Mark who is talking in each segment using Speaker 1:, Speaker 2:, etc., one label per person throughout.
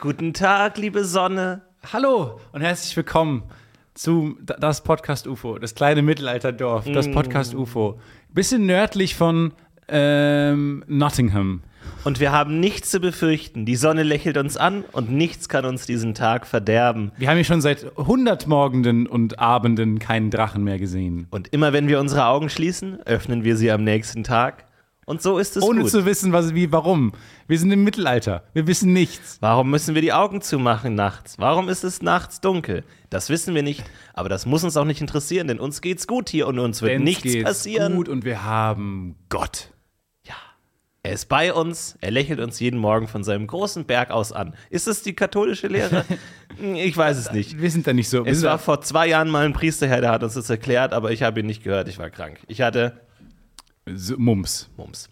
Speaker 1: Guten Tag, liebe Sonne.
Speaker 2: Hallo und herzlich willkommen zu D- das Podcast UFO, das kleine Mittelalterdorf,
Speaker 1: Mm.
Speaker 2: das Podcast UFO. Bisschen nördlich von ähm, Nottingham.
Speaker 1: Und wir haben nichts zu befürchten. Die Sonne lächelt uns an und nichts kann uns diesen Tag verderben.
Speaker 2: Wir haben hier schon seit 100 Morgenden und Abenden keinen Drachen mehr gesehen.
Speaker 1: Und immer wenn wir unsere Augen schließen, öffnen wir sie am nächsten Tag. Und so ist es
Speaker 2: Ohne
Speaker 1: gut.
Speaker 2: zu wissen, was, wie, warum. Wir sind im Mittelalter. Wir wissen nichts.
Speaker 1: Warum müssen wir die Augen zumachen nachts? Warum ist es nachts dunkel? Das wissen wir nicht, aber das muss uns auch nicht interessieren, denn uns geht's gut hier und uns wird
Speaker 2: Uns
Speaker 1: nichts
Speaker 2: geht's
Speaker 1: passieren.
Speaker 2: Gut und wir haben Gott.
Speaker 1: Er ist bei uns, er lächelt uns jeden Morgen von seinem großen Berg aus an. Ist es die katholische Lehre? ich weiß es nicht.
Speaker 2: Wir sind da nicht so. wir
Speaker 1: Es
Speaker 2: sind
Speaker 1: war
Speaker 2: da,
Speaker 1: vor zwei Jahren mal ein Priesterherr, der hat uns das erklärt, aber ich habe ihn nicht gehört, ich war krank. Ich hatte
Speaker 2: so Mums.
Speaker 1: Mums.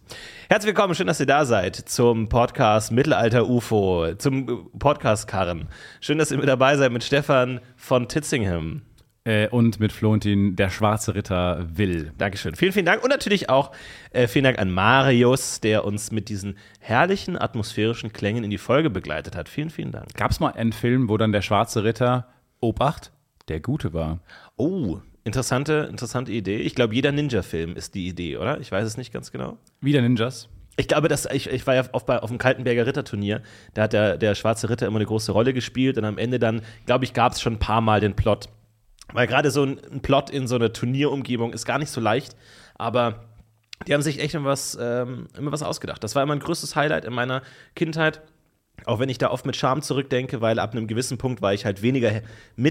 Speaker 1: Herzlich willkommen, schön, dass ihr da seid zum Podcast Mittelalter UFO, zum Podcast Karren. Schön, dass ihr mit dabei seid mit Stefan von Titzingham.
Speaker 2: Äh, und mit Florentin, der schwarze Ritter, will.
Speaker 1: Dankeschön. Vielen, vielen Dank. Und natürlich auch äh, vielen Dank an Marius, der uns mit diesen herrlichen atmosphärischen Klängen in die Folge begleitet hat. Vielen, vielen Dank.
Speaker 2: Gab es mal einen Film, wo dann der schwarze Ritter, Obacht, der Gute war?
Speaker 1: Oh, interessante, interessante Idee. Ich glaube, jeder Ninja-Film ist die Idee, oder? Ich weiß es nicht ganz genau.
Speaker 2: Wieder Ninjas.
Speaker 1: Ich glaube, dass ich, ich war ja oft bei, auf dem Kaltenberger Ritterturnier. Da hat der, der Schwarze Ritter immer eine große Rolle gespielt und am Ende dann, glaube ich, gab es schon ein paar Mal den Plot. Weil gerade so ein, ein Plot in so einer Turnierumgebung ist gar nicht so leicht, aber die haben sich echt immer was, ähm, immer was ausgedacht. Das war immer ein größtes Highlight in meiner Kindheit. Auch wenn ich da oft mit Scham zurückdenke, weil ab einem gewissen Punkt war ich halt weniger He-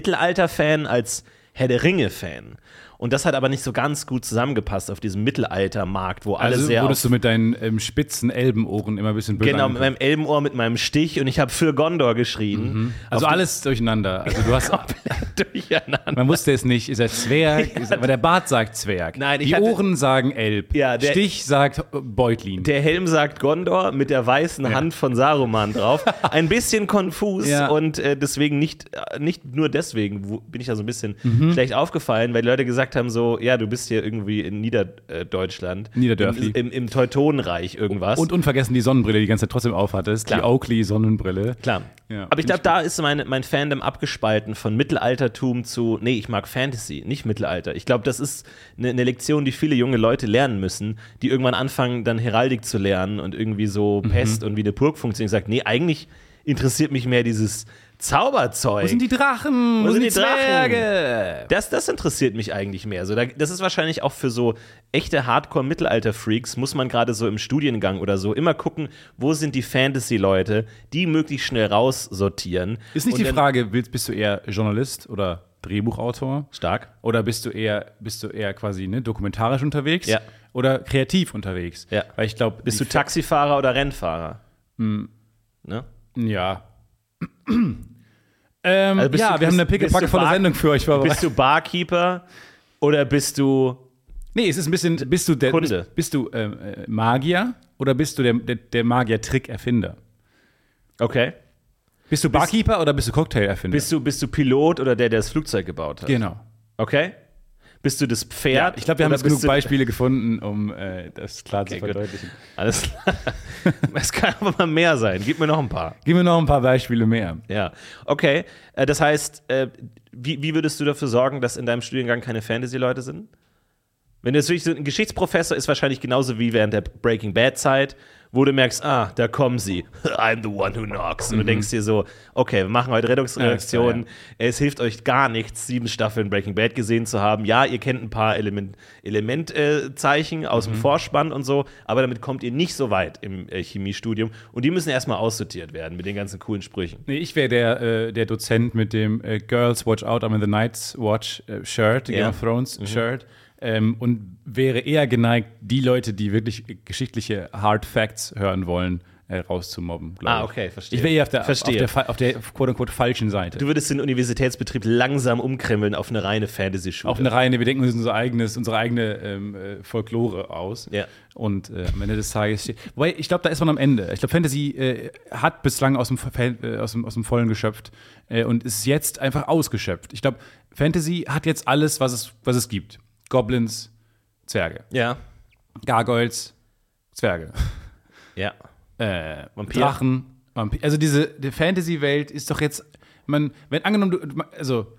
Speaker 1: Mittelalter-Fan als Herr der Ringe-Fan. Und das hat aber nicht so ganz gut zusammengepasst auf diesem Mittelaltermarkt, wo alle
Speaker 2: Also
Speaker 1: sehr auf
Speaker 2: wurdest du mit deinen ähm, spitzen Elbenohren immer ein bisschen böse
Speaker 1: Genau, mit
Speaker 2: angeguckt.
Speaker 1: meinem Elbenohr, mit meinem Stich und ich habe für Gondor geschrien.
Speaker 2: Also alles durcheinander. Also du hast,
Speaker 1: Durcheinander.
Speaker 2: man wusste es nicht, ist er Zwerg, ist, aber der Bart sagt Zwerg.
Speaker 1: Nein, ich
Speaker 2: Die
Speaker 1: hatte-
Speaker 2: Ohren sagen Elb.
Speaker 1: Ja, der-
Speaker 2: Stich sagt äh, Beutlin.
Speaker 1: Der Helm sagt Gondor mit der weißen Hand von Saruman drauf. Ein bisschen konfus
Speaker 2: Ja.
Speaker 1: und äh, deswegen nicht, äh, nicht nur deswegen wo- bin ich da so ein bisschen
Speaker 2: Mhm.
Speaker 1: schlecht aufgefallen, weil die Leute gesagt haben: so, ja, du bist hier irgendwie in Niederdeutschland.
Speaker 2: Niederdörfli.
Speaker 1: Im, im, im Teutonenreich irgendwas.
Speaker 2: und unvergessen die Sonnenbrille, die die ganze Zeit trotzdem aufhattest. Die
Speaker 1: Klar.
Speaker 2: Oakley-Sonnenbrille.
Speaker 1: Klar.
Speaker 2: Ja,
Speaker 1: Aber ich
Speaker 2: bin
Speaker 1: glaube, da ist mein, mein Fandom abgespalten von Mittelaltertum zu, nee, ich mag Fantasy, nicht Mittelalter. Ich glaube, das ist eine ne Lektion, die viele junge Leute lernen müssen, die irgendwann anfangen, dann Heraldik zu lernen und irgendwie
Speaker 2: Mhm.
Speaker 1: so Pest und wie eine Burg funktioniert. Sagt, nee, eigentlich interessiert mich mehr dieses Zauberzeug.
Speaker 2: Wo sind die Drachen? Wo,
Speaker 1: sind
Speaker 2: sind
Speaker 1: Also die
Speaker 2: die,
Speaker 1: Drachen?
Speaker 2: Zwerge?
Speaker 1: Das, das interessiert mich eigentlich mehr. So, da, das ist wahrscheinlich auch für so echte Hardcore-Mittelalter-Freaks, muss man gerade so im Studiengang oder so immer gucken, wo sind die Fantasy-Leute, die möglichst schnell raussortieren.
Speaker 2: Ist nicht
Speaker 1: Und
Speaker 2: die
Speaker 1: dann-
Speaker 2: Frage, willst, bist du eher Journalist oder Drehbuchautor?
Speaker 1: Stark.
Speaker 2: Oder bist du eher, bist du eher quasi ne, dokumentarisch unterwegs?
Speaker 1: Ja.
Speaker 2: Oder kreativ unterwegs?
Speaker 1: Ja.
Speaker 2: Weil ich glaube,
Speaker 1: Bist du Taxifahrer oder Rennfahrer?
Speaker 2: Hm.
Speaker 1: Ne?
Speaker 2: Ja. ähm,
Speaker 1: Also bist
Speaker 2: ja,
Speaker 1: du-
Speaker 2: wir
Speaker 1: bist-
Speaker 2: haben eine
Speaker 1: bist du
Speaker 2: pickepackevolle
Speaker 1: Bar-
Speaker 2: Sendung für euch vorbereitet.
Speaker 1: Bist du Barkeeper oder bist du
Speaker 2: Nee, es ist ein bisschen, bist du der,
Speaker 1: Kunde.
Speaker 2: Bist, bist du ähm, äh, Magier oder bist du der, der, der Magier-Trick-Erfinder?
Speaker 1: Okay.
Speaker 2: Bist du Barkeeper oder bist du Cocktail-Erfinder?
Speaker 1: Bist du bist du Pilot oder der, der das Flugzeug gebaut hat?
Speaker 2: genau.
Speaker 1: Okay? Bist du das Pferd?
Speaker 2: Ich glaube, wir haben
Speaker 1: oder
Speaker 2: jetzt
Speaker 1: bist
Speaker 2: genug
Speaker 1: du-
Speaker 2: Beispiele gefunden, um äh, das klar zu
Speaker 1: gut.
Speaker 2: verdeutlichen.
Speaker 1: Alles klar. es kann aber mal mehr sein. Gib mir noch ein paar.
Speaker 2: Gib mir noch ein paar Beispiele mehr.
Speaker 1: Ja, okay. Äh, Das heißt, äh, wie, wie würdest du dafür sorgen, dass in deinem Studiengang keine Fantasy-Leute sind? Wenn du jetzt wirklich so ein Geschichtsprofessor ist, wahrscheinlich genauso wie während der Breaking Bad-Zeit, wo du merkst, ah, da kommen sie. I'm the one who knocks. Und du denkst dir so, okay, wir machen heute Rettungsreaktionen.
Speaker 2: Mhm. Ja,
Speaker 1: Es hilft euch gar nichts, sieben Staffeln Breaking Bad gesehen zu haben. Ja, ihr kennt ein paar Elementzeichen Element, äh, Zeichen aus
Speaker 2: Mhm.
Speaker 1: dem Vorspann und so, aber damit kommt ihr nicht so weit im äh, Chemiestudium. Und die müssen erstmal aussortiert werden mit den ganzen coolen Sprüchen.
Speaker 2: Nee, ich wäre der, äh, der Dozent mit dem äh, Girls Watch Out, I'm in the Night's Watch äh, Shirt, Game
Speaker 1: Ja. Mhm.
Speaker 2: of Thrones Shirt. Ähm, und wäre eher geneigt, die Leute, die wirklich äh, geschichtliche Hard Facts hören wollen, äh, rauszumobben. glaub
Speaker 1: Ah,
Speaker 2: ich.
Speaker 1: okay, verstehe.
Speaker 2: Ich wäre eher auf der, auf
Speaker 1: Verstehe.
Speaker 2: der, fa- auf der quote-unquote falschen Seite.
Speaker 1: Du würdest den Universitätsbetrieb langsam umkremmeln auf eine reine Fantasy-Schule.
Speaker 2: auf eine Reihe, wir denken uns unser eigenes, unsere eigene ähm, äh, Folklore aus.
Speaker 1: Ja.
Speaker 2: Und äh, am Ende des Tages steht. Wobei, ich glaube, da ist man am Ende. Ich glaube, Fantasy äh, hat bislang aus dem, Ver- äh, aus dem, aus dem Vollen geschöpft äh, und ist jetzt einfach ausgeschöpft. Ich glaube, Fantasy hat jetzt alles, was es, was es gibt: Goblins, Zwerge,
Speaker 1: ja,
Speaker 2: Gargoyles, Zwerge,
Speaker 1: ja.
Speaker 2: äh,
Speaker 1: Vampir.
Speaker 2: Drachen, Vampir. Also diese die Fantasy-Welt ist doch jetzt, man, wenn angenommen, du, also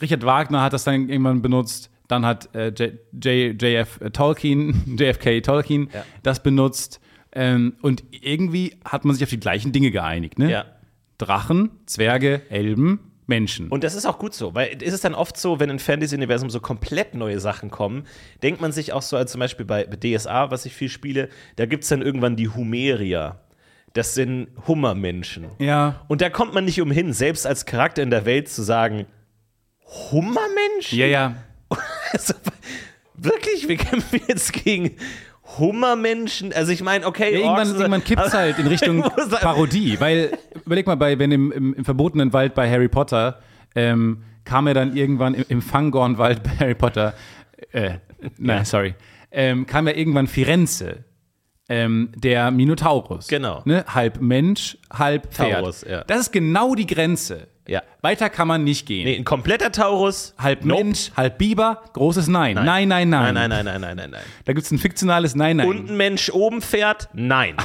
Speaker 2: Richard Wagner hat das dann irgendwann benutzt, dann hat äh, J- J- JF Tolkien, JFK Tolkien
Speaker 1: Ja.
Speaker 2: das benutzt ähm, und irgendwie hat man sich auf die gleichen Dinge geeinigt, ne?
Speaker 1: Ja.
Speaker 2: Drachen, Zwerge, Elben, Menschen.
Speaker 1: Und das ist auch gut so, weil ist es dann oft so, wenn in Fantasy-Universum so komplett neue Sachen kommen, denkt man sich auch so, als zum Beispiel bei DSA, was ich viel spiele, da gibt es dann irgendwann die Humerier. Das sind Hummermenschen.
Speaker 2: ja.
Speaker 1: Und da kommt man nicht umhin, selbst als Charakter in der Welt zu sagen, Hummermenschen?
Speaker 2: Ja, ja.
Speaker 1: Also, wirklich, wir kämpfen jetzt gegen Hummermenschen. Also ich meine, okay,
Speaker 2: irgendwann,
Speaker 1: Orks-
Speaker 2: irgendwann kippt es
Speaker 1: aber-
Speaker 2: halt in Richtung
Speaker 1: Ich muss sagen-
Speaker 2: Parodie, weil überleg mal, bei, wenn im, im, im verbotenen Wald bei Harry Potter ähm, kam er dann irgendwann im, im Fangornwald bei Harry Potter, äh, nein, sorry, ähm, kam ja irgendwann Firenze, ähm, der Minotaurus.
Speaker 1: Genau.
Speaker 2: Ne? Halb Mensch, halb Pferd.
Speaker 1: Taurus, ja.
Speaker 2: Das ist genau die Grenze.
Speaker 1: Ja.
Speaker 2: Weiter kann man nicht gehen.
Speaker 1: Nee, ein kompletter Taurus.
Speaker 2: Halb
Speaker 1: Nope.
Speaker 2: Mensch, halb Biber, großes Nein. Nein, nein, nein.
Speaker 1: Nein, nein, nein, nein, nein, nein, nein.
Speaker 2: Da gibt es ein fiktionales Nein, nein.
Speaker 1: Mhm. Und ein Mensch oben fährt? Nein.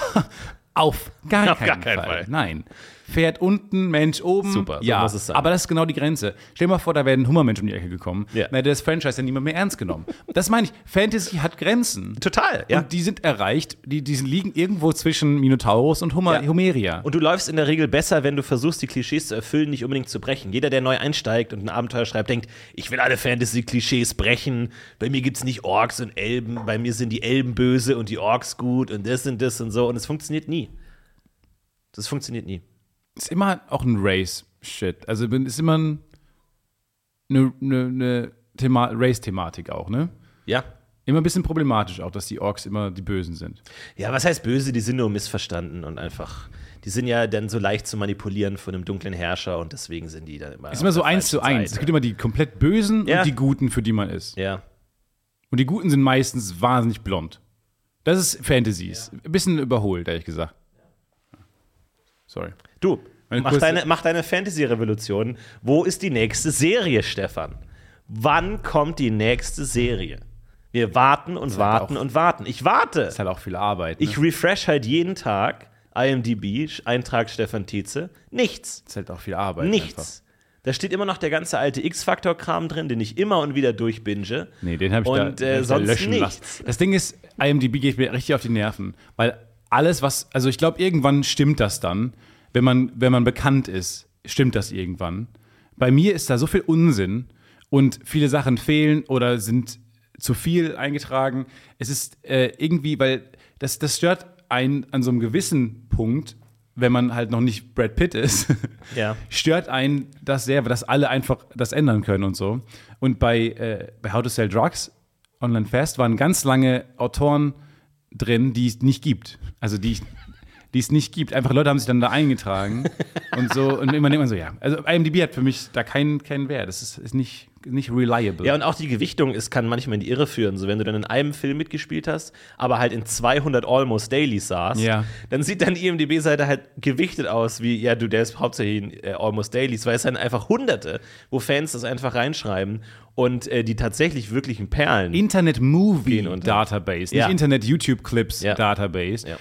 Speaker 2: Auf gar
Speaker 1: Auf
Speaker 2: keinen,
Speaker 1: gar keinen
Speaker 2: Fall.
Speaker 1: Fall.
Speaker 2: Nein. Pferd unten, Mensch oben.
Speaker 1: Super, so
Speaker 2: ja.
Speaker 1: muss es sein.
Speaker 2: Aber das ist genau die Grenze. Stell dir mal vor, da wäre ein Hummermensch um die Ecke gekommen.
Speaker 1: Ja.
Speaker 2: Dann hätte das Franchise dann niemand mehr ernst genommen. Das meine ich. Fantasy hat Grenzen.
Speaker 1: Total, ja.
Speaker 2: Und die sind erreicht, die, die liegen irgendwo zwischen Minotaurus und Hummer,
Speaker 1: Ja.
Speaker 2: Homeria.
Speaker 1: Und du läufst in der Regel besser, wenn du versuchst, die Klischees zu erfüllen, nicht unbedingt zu brechen. Jeder, der neu einsteigt und ein Abenteuer schreibt, denkt, ich will alle Fantasy-Klischees brechen. Bei mir gibt's nicht Orks und Elben. Bei mir sind die Elben böse und die Orks gut und das und das und so. Und es funktioniert nie. Das funktioniert nie.
Speaker 2: ist immer auch ein Race-Shit. Also ist immer ein, eine, eine, eine Thema Race-Thematik auch, ne?
Speaker 1: Ja.
Speaker 2: Immer ein bisschen problematisch auch, dass die Orks immer die Bösen sind.
Speaker 1: Ja, was heißt böse? Die sind nur missverstanden und einfach. Die sind ja dann so leicht zu manipulieren von einem dunklen Herrscher und deswegen sind die dann immer.
Speaker 2: Ist immer so eins zu eins. Es gibt immer die komplett Bösen
Speaker 1: Ja.
Speaker 2: und die Guten, für die man ist.
Speaker 1: Ja.
Speaker 2: Und die Guten sind meistens wahnsinnig blond. Das ist Fantasies. Ein bisschen überholt, ehrlich gesagt. Sorry.
Speaker 1: Du,
Speaker 2: Meine
Speaker 1: mach
Speaker 2: kurze-
Speaker 1: deine, mach deine Fantasy-Revolution. Wo ist die nächste Serie, Stefan? Wann kommt die nächste Serie? Wir warten und warten
Speaker 2: auch-
Speaker 1: und warten. Ich warte.
Speaker 2: Ist halt auch viel Arbeit. Ne?
Speaker 1: Ich refresh halt jeden Tag IMDb, Eintrag Stefan Tietze. Nichts.
Speaker 2: ist halt auch viel Arbeit. Einfach.
Speaker 1: Nichts. Da steht immer noch der ganze alte X-Factor-Kram drin, den ich immer und wieder durchbinge.
Speaker 2: Nee, den habe ich da,
Speaker 1: Und
Speaker 2: den hab
Speaker 1: äh,
Speaker 2: ich da
Speaker 1: sonst
Speaker 2: löschen
Speaker 1: nichts.
Speaker 2: lassen. Das Ding ist, IMDb geht mir richtig auf die Nerven, weil alles, was, also ich glaube, irgendwann stimmt das dann, wenn man, wenn man bekannt ist, stimmt das irgendwann. Bei mir ist da so viel Unsinn und viele Sachen fehlen oder sind zu viel eingetragen. Es ist äh, irgendwie, weil das, das stört einen an so einem gewissen Punkt, wenn man halt noch nicht Brad Pitt ist.
Speaker 1: Ja.
Speaker 2: stört einen das sehr, dass alle einfach das ändern können und so. Und bei, äh, bei How to Sell Drugs Online Fast waren ganz lange Autoren drin, die es nicht gibt. Also die, die es nicht gibt. Einfach Leute haben sich dann da eingetragen und so. Und immer denkt man so, ja. Also IMDb hat für mich da keinen, keinen Wert. Das ist, ist nicht, nicht reliable.
Speaker 1: Ja, und auch die Gewichtung ist, kann manchmal in die Irre führen. So, wenn du dann in einem Film mitgespielt hast, aber halt in 200 Almost Dailies saßt,
Speaker 2: Ja.
Speaker 1: dann sieht deine IMDb-Seite halt gewichtet aus, wie, ja, du, der ist hauptsächlich in äh, Almost Dailies, weil es sind einfach Hunderte, wo Fans das einfach reinschreiben und äh, die tatsächlich wirklichen Perlen.
Speaker 2: Internet Movie
Speaker 1: Gehen unter.
Speaker 2: Database,
Speaker 1: Ja.
Speaker 2: nicht Internet YouTube Clips
Speaker 1: Ja.
Speaker 2: Database.
Speaker 1: Ja.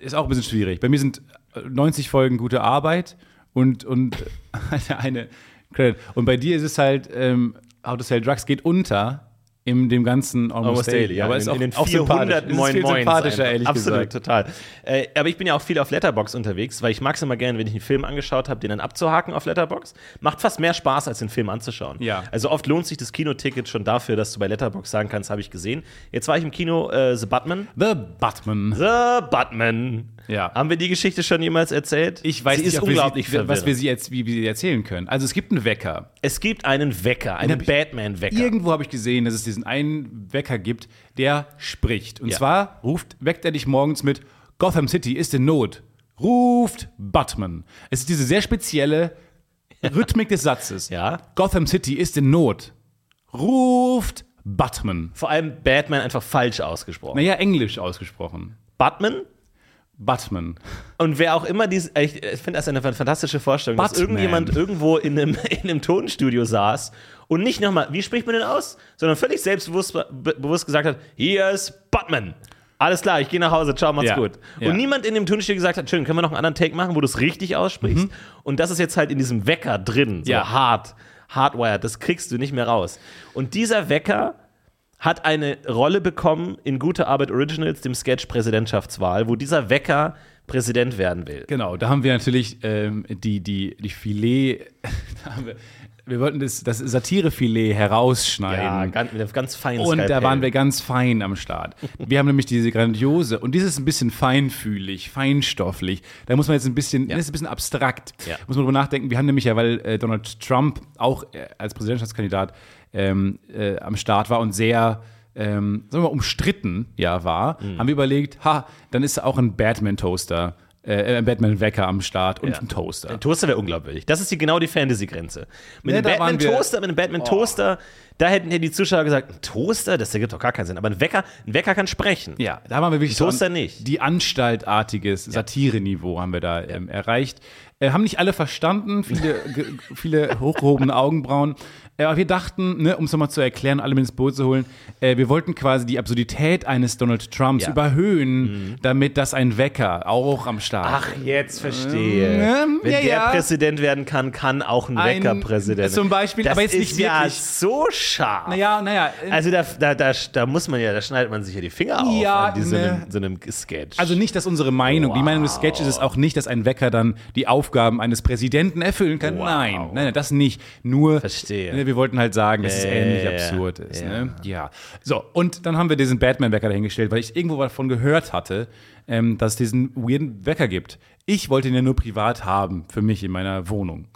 Speaker 2: Ist auch ein bisschen schwierig. Bei mir sind äh, 90 Folgen gute Arbeit und, und der eine Credit. Und bei dir ist es halt, ähm, How to Sell Drugs geht unter in dem ganzen Almost,
Speaker 1: Almost Daily, ja.
Speaker 2: Aber
Speaker 1: in,
Speaker 2: ist
Speaker 1: in
Speaker 2: auch,
Speaker 1: den
Speaker 2: auch sympathisch.
Speaker 1: 400
Speaker 2: Es ist
Speaker 1: Moin
Speaker 2: viel
Speaker 1: Moins
Speaker 2: sympathischer,
Speaker 1: einfach.
Speaker 2: ehrlich
Speaker 1: Absolut,
Speaker 2: gesagt.
Speaker 1: total. Äh, aber ich bin ja auch viel auf Letterbox unterwegs, weil ich mag es immer gerne, wenn ich einen Film angeschaut habe, den dann abzuhaken auf Letterbox. Macht fast mehr Spaß, als den Film anzuschauen.
Speaker 2: Ja.
Speaker 1: Also oft lohnt sich das Kinoticket schon dafür, dass du bei Letterbox sagen kannst, habe ich gesehen. Jetzt war ich im Kino äh, The Batman.
Speaker 2: The Batman.
Speaker 1: The Batman.
Speaker 2: Ja.
Speaker 1: Haben wir die Geschichte schon jemals erzählt?
Speaker 2: Ich weiß
Speaker 1: sie
Speaker 2: nicht,
Speaker 1: ist
Speaker 2: ob wir
Speaker 1: unglaublich
Speaker 2: sie, was
Speaker 1: verwirrend.
Speaker 2: wir sie jetzt, wie wir sie erzählen können. Also es gibt einen Wecker.
Speaker 1: Es gibt einen Wecker, einen
Speaker 2: hab ich-
Speaker 1: Batman-Wecker.
Speaker 2: Irgendwo habe ich gesehen, dass es diesen einen Wecker gibt, der spricht. Und
Speaker 1: Ja.
Speaker 2: zwar ruft, weckt er dich morgens mit Gotham City ist in Not. Ruft Batman. Es ist diese sehr spezielle Rhythmik des Satzes.
Speaker 1: Ja.
Speaker 2: Gotham City ist in Not. Ruft Batman.
Speaker 1: Vor allem Batman einfach falsch ausgesprochen.
Speaker 2: Naja, englisch ausgesprochen.
Speaker 1: Batman
Speaker 2: Batman.
Speaker 1: Und wer auch immer dies, ich, ich finde das eine fantastische Vorstellung, dass
Speaker 2: Batman.
Speaker 1: irgendjemand irgendwo in einem, in einem Tonstudio saß und nicht nochmal, wie spricht man denn aus, sondern völlig selbstbewusst be- bewusst gesagt hat, hier ist Batman. alles klar, ich gehe nach Hause, ciao, macht's
Speaker 2: Ja.
Speaker 1: gut. Und
Speaker 2: Ja.
Speaker 1: niemand in dem Turnstiel gesagt hat, schön, können wir noch einen anderen Take machen, wo du es richtig aussprichst. Und das ist jetzt halt in diesem Wecker drin, so
Speaker 2: Mhm. Ja.
Speaker 1: hart, hardwired, das kriegst du nicht mehr raus. Und dieser Wecker hat eine Rolle bekommen in Gute Arbeit Originals, dem Sketch Präsidentschaftswahl, wo dieser Wecker Präsident werden will.
Speaker 2: Genau, da haben wir natürlich ähm, die, die, die Filet, da haben wir, wir wollten das, das Satirefilet
Speaker 1: Ja,
Speaker 2: herausschneiden.
Speaker 1: ganz, mit einem ganz feinen
Speaker 2: und da
Speaker 1: Skalpell.
Speaker 2: waren wir ganz fein am Start. Wir haben nämlich diese grandiose, und dieses ist ein bisschen feinfühlig, feinstofflich. Da muss man jetzt ein bisschen, das ist ein bisschen abstrakt.
Speaker 1: Ja.
Speaker 2: Muss man drüber nachdenken. Wir haben nämlich ja, weil äh, Donald Trump auch äh, als Präsidentschaftskandidat ähm, äh, am Start war und sehr, ähm, sagen wir mal, umstritten ja war,
Speaker 1: Mhm.
Speaker 2: haben wir überlegt, ha, dann ist auch ein Batman-Toaster, äh, ein Batman-Wecker am Start und ein Toaster.
Speaker 1: Ein Toaster wäre unglaubwürdig. Das ist die, genau die Fantasy-Grenze. Mit
Speaker 2: Ne,
Speaker 1: einem
Speaker 2: da waren wir-
Speaker 1: Batman-Toaster, mit einem Batman-Toaster, da hätten ja die Zuschauer gesagt, ein Toaster, das ergibt doch gar keinen Sinn. Aber ein Wecker, ein Wecker kann sprechen.
Speaker 2: Ja, da waren wir wirklich
Speaker 1: Toaster
Speaker 2: an-
Speaker 1: nicht.
Speaker 2: Die anstaltartiges Satire-Niveau haben wir da ähm, erreicht. Äh, haben nicht alle verstanden, viele, ge- viele hochgehobene Augenbrauen. Äh, aber wir dachten, ne, um es nochmal zu erklären, alle mit ins Boot zu holen, äh, wir wollten quasi die Absurdität eines Donald Trumps
Speaker 1: Ja. Mhm.
Speaker 2: überhöhen, damit das ein Wecker auch am Start.
Speaker 1: Ach, jetzt verstehe.
Speaker 2: Ähm,
Speaker 1: Wenn
Speaker 2: ja,
Speaker 1: der
Speaker 2: ja.
Speaker 1: Präsident werden kann, kann auch ein,
Speaker 2: Ein-
Speaker 1: Wecker-Präsident.
Speaker 2: zum Beispiel,
Speaker 1: das
Speaker 2: aber jetzt
Speaker 1: ist
Speaker 2: nicht
Speaker 1: ja
Speaker 2: wirklich.
Speaker 1: so scharf.
Speaker 2: Naja, naja. äh,
Speaker 1: Also da, da, da, da muss man ja, da schneidet man sich ja die Finger auf
Speaker 2: Ja,
Speaker 1: an die, so,
Speaker 2: ne.
Speaker 1: einem, so einem Sketch.
Speaker 2: Also nicht, dass unsere Meinung, die
Speaker 1: Wow.
Speaker 2: Meinung des Sketches ist auch nicht, dass ein Wecker dann die Aufgaben eines Präsidenten erfüllen kann.
Speaker 1: Wow.
Speaker 2: Nein, nein, nein, das nicht. Nur,
Speaker 1: Verstehe.
Speaker 2: Ne, wir wollten halt sagen, dass es
Speaker 1: Ja,
Speaker 2: ähnlich
Speaker 1: ja, ja.
Speaker 2: absurd ist.
Speaker 1: Ja.
Speaker 2: Ne? ja. So, und dann haben wir diesen Batman-Wecker dahingestellt, weil ich irgendwo davon gehört hatte, ähm, dass es diesen weirden Wecker gibt. Ich wollte ihn ja nur privat haben, für mich in meiner Wohnung.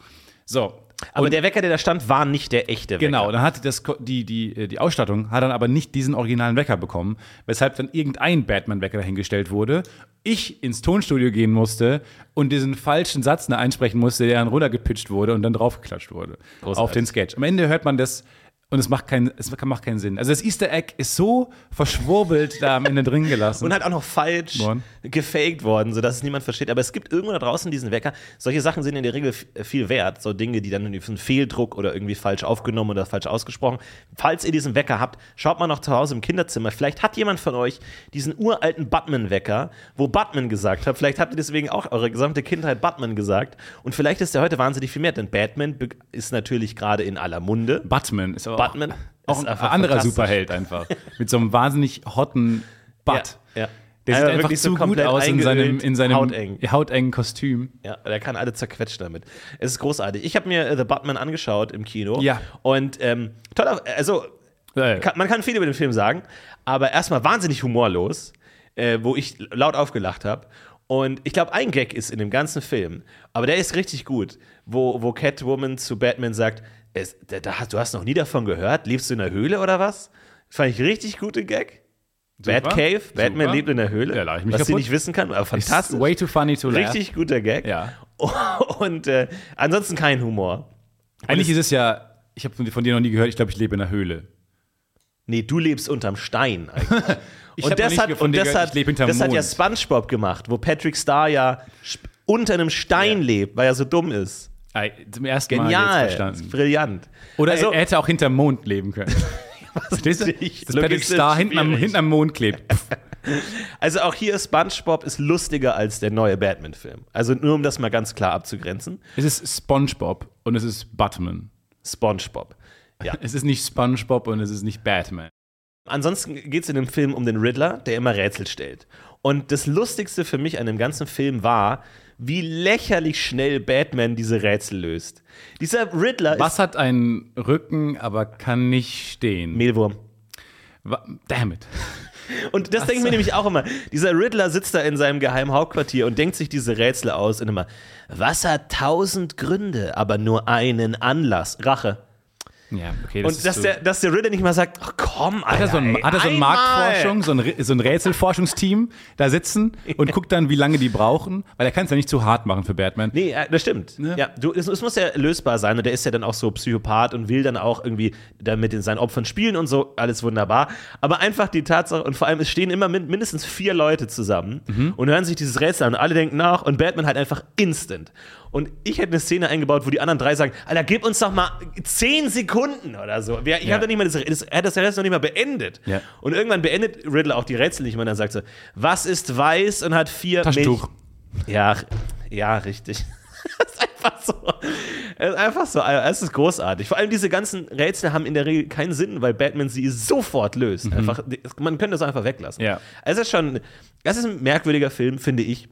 Speaker 2: So.
Speaker 1: Aber der Wecker, der da stand, war nicht der echte Wecker.
Speaker 2: Genau, dann hat das, Ko- die, die, äh, die Ausstattung hat dann aber nicht diesen originalen Wecker bekommen, weshalb dann irgendein Batman-Wecker dahingestellt wurde. Ich ins Tonstudio gehen musste und diesen falschen Satz da einsprechen musste, der dann runtergepitcht wurde und dann draufgeklatscht wurde.
Speaker 1: Großartig.
Speaker 2: Auf den Sketch. Am Ende hört man das und es macht, keinen, es macht keinen Sinn. Also das Easter Egg ist so verschwurbelt da am Ende drin gelassen.
Speaker 1: Und halt auch noch falsch
Speaker 2: Worden.
Speaker 1: gefaked worden, sodass es niemand versteht. Aber es gibt irgendwo da draußen diesen Wecker. Solche Sachen sind in der Regel f- viel wert. So Dinge, die dann irgendwie einen Fehldruck oder irgendwie falsch aufgenommen oder falsch ausgesprochen. Falls ihr diesen Wecker habt, schaut mal noch zu Hause im Kinderzimmer. Vielleicht hat jemand von euch diesen uralten Batman-Wecker, wo Batman gesagt hat. Vielleicht habt ihr deswegen auch eure gesamte Kindheit Batman gesagt. Und vielleicht ist der heute wahnsinnig viel mehr. Denn Batman be- ist natürlich gerade in aller Munde.
Speaker 2: Batman ist aber
Speaker 1: Batman
Speaker 2: auch,
Speaker 1: ist
Speaker 2: auch ein
Speaker 1: einfach
Speaker 2: anderer
Speaker 1: fantastisch.
Speaker 2: Superheld einfach. Mit so einem wahnsinnig hotten Butt.
Speaker 1: Ja, ja.
Speaker 2: Der sieht
Speaker 1: Aber
Speaker 2: einfach
Speaker 1: wirklich so
Speaker 2: zu gut
Speaker 1: komplett
Speaker 2: aus in seinem, in
Speaker 1: eingeölt,
Speaker 2: seinem
Speaker 1: hauteng.
Speaker 2: hautengen Kostüm.
Speaker 1: Ja, der kann alle zerquetschen damit. Es ist großartig. Ich habe mir äh, The Batman angeschaut im Kino.
Speaker 2: Ja.
Speaker 1: Und ähm, toller, also
Speaker 2: Äh,
Speaker 1: kann, man kann viel über den Film sagen, aber erstmal wahnsinnig humorlos, äh, wo ich laut aufgelacht habe. Und ich glaube, ein Gag ist in dem ganzen Film, aber der ist richtig gut, wo, wo Catwoman zu Batman sagt, es, da, da, hast- du hast noch nie davon gehört, lebst du in der Höhle oder was? Fand ich richtig gute Gag. Batcave, Batman
Speaker 2: Super.
Speaker 1: lebt in der Höhle,
Speaker 2: Ja, lach ich mich
Speaker 1: was sie
Speaker 2: kaputt.
Speaker 1: nicht wissen kann, aber fantastisch.
Speaker 2: Ist way too funny to laugh.
Speaker 1: Richtig guter Gag.
Speaker 2: Ja.
Speaker 1: Und äh, ansonsten kein Humor.
Speaker 2: Eigentlich ist es ja, ich habe von dir noch nie gehört, ich glaube, ich lebe in einer Höhle.
Speaker 1: Nee, du lebst unterm Stein eigentlich.
Speaker 2: Ich hab
Speaker 1: und
Speaker 2: noch
Speaker 1: das
Speaker 2: nicht
Speaker 1: hat,
Speaker 2: von
Speaker 1: und
Speaker 2: dir
Speaker 1: das
Speaker 2: gehört,
Speaker 1: hat,
Speaker 2: ich lebe hinterm
Speaker 1: das hat ja
Speaker 2: Mond.
Speaker 1: Spongebob gemacht, wo Patrick Star ja sp- unter einem Stein lebt, weil er so dumm ist.
Speaker 2: Ei, Zum ersten Mal
Speaker 1: Genial.
Speaker 2: jetzt
Speaker 1: Das ist
Speaker 2: verstanden.
Speaker 1: brillant.
Speaker 2: Oder
Speaker 1: also,
Speaker 2: er, er hätte auch hinterm Mond leben können. Verstehst du?
Speaker 1: Richtig.
Speaker 2: Dass Patrick
Speaker 1: Logistisch
Speaker 2: Star hinten am,
Speaker 1: schwierig.
Speaker 2: hinten am Mond klebt. Pff,
Speaker 1: also auch hier Spongebob ist lustiger als der neue Batman-Film. Also nur um das mal ganz klar abzugrenzen.
Speaker 2: Es ist Spongebob und es ist Batman.
Speaker 1: Spongebob. Ja.
Speaker 2: Es ist nicht Spongebob und es ist nicht Batman.
Speaker 1: Ansonsten geht es in dem Film um den Riddler, der immer Rätsel stellt. Und das Lustigste für mich an dem ganzen Film war, wie lächerlich schnell Batman diese Rätsel löst. Dieser Riddler ist
Speaker 2: Was hat einen Rücken, aber kann nicht stehen?
Speaker 1: Mehlwurm.
Speaker 2: Wa- Damn it.
Speaker 1: Und das denke ich mir nämlich auch immer. Dieser Riddler sitzt da in seinem geheimen Hauptquartier und denkt sich diese Rätsel aus und immer, was hat tausend Gründe, aber nur einen Anlass? Rache.
Speaker 2: Ja, okay.
Speaker 1: Und dass
Speaker 2: so-
Speaker 1: der, dass der Riddler nicht mal sagt, ach komm, Alter.
Speaker 2: Hat er so ein,
Speaker 1: ey,
Speaker 2: hat er so ein
Speaker 1: einmal."
Speaker 2: Marktforschung, so ein, Re- so ein Rätselforschungsteam da sitzen und guckt dann, wie lange die brauchen? Weil er kann es ja nicht zu hart machen für Batman.
Speaker 1: Nee, äh, das stimmt.
Speaker 2: Ne?
Speaker 1: Ja, du, es, es muss ja lösbar sein und der ist ja dann auch so Psychopath und will dann auch irgendwie damit in seinen Opfern spielen und so, alles wunderbar. Aber einfach die Tatsache und vor allem, es stehen immer min
Speaker 2: Mhm.
Speaker 1: mindestens vier Leute zusammen und hören sich dieses Rätsel an und alle denken nach und Batman halt einfach instant. Und ich hätte eine Szene eingebaut, wo die anderen drei sagen: Alter, gib uns doch mal zehn Sekunden oder so. Wer- Ich
Speaker 2: Ja.
Speaker 1: habe da nicht mal das, das, er hat das Rätsel noch nicht mal beendet.
Speaker 2: Ja.
Speaker 1: Und irgendwann beendet Riddler auch die Rätsel nicht mehr. Und dann sagt so: Was ist weiß und hat vier
Speaker 2: Taschentuch.
Speaker 1: Milch? Ja, r- ja, richtig. Das ist einfach so. Das ist einfach so. Es ist großartig. Vor allem diese ganzen Rätsel haben in der Regel keinen Sinn, weil Batman sie sofort löst. Einfach, man könnte das einfach weglassen.
Speaker 2: Ja.
Speaker 1: Es ist schon, es ist ein merkwürdiger Film, finde ich.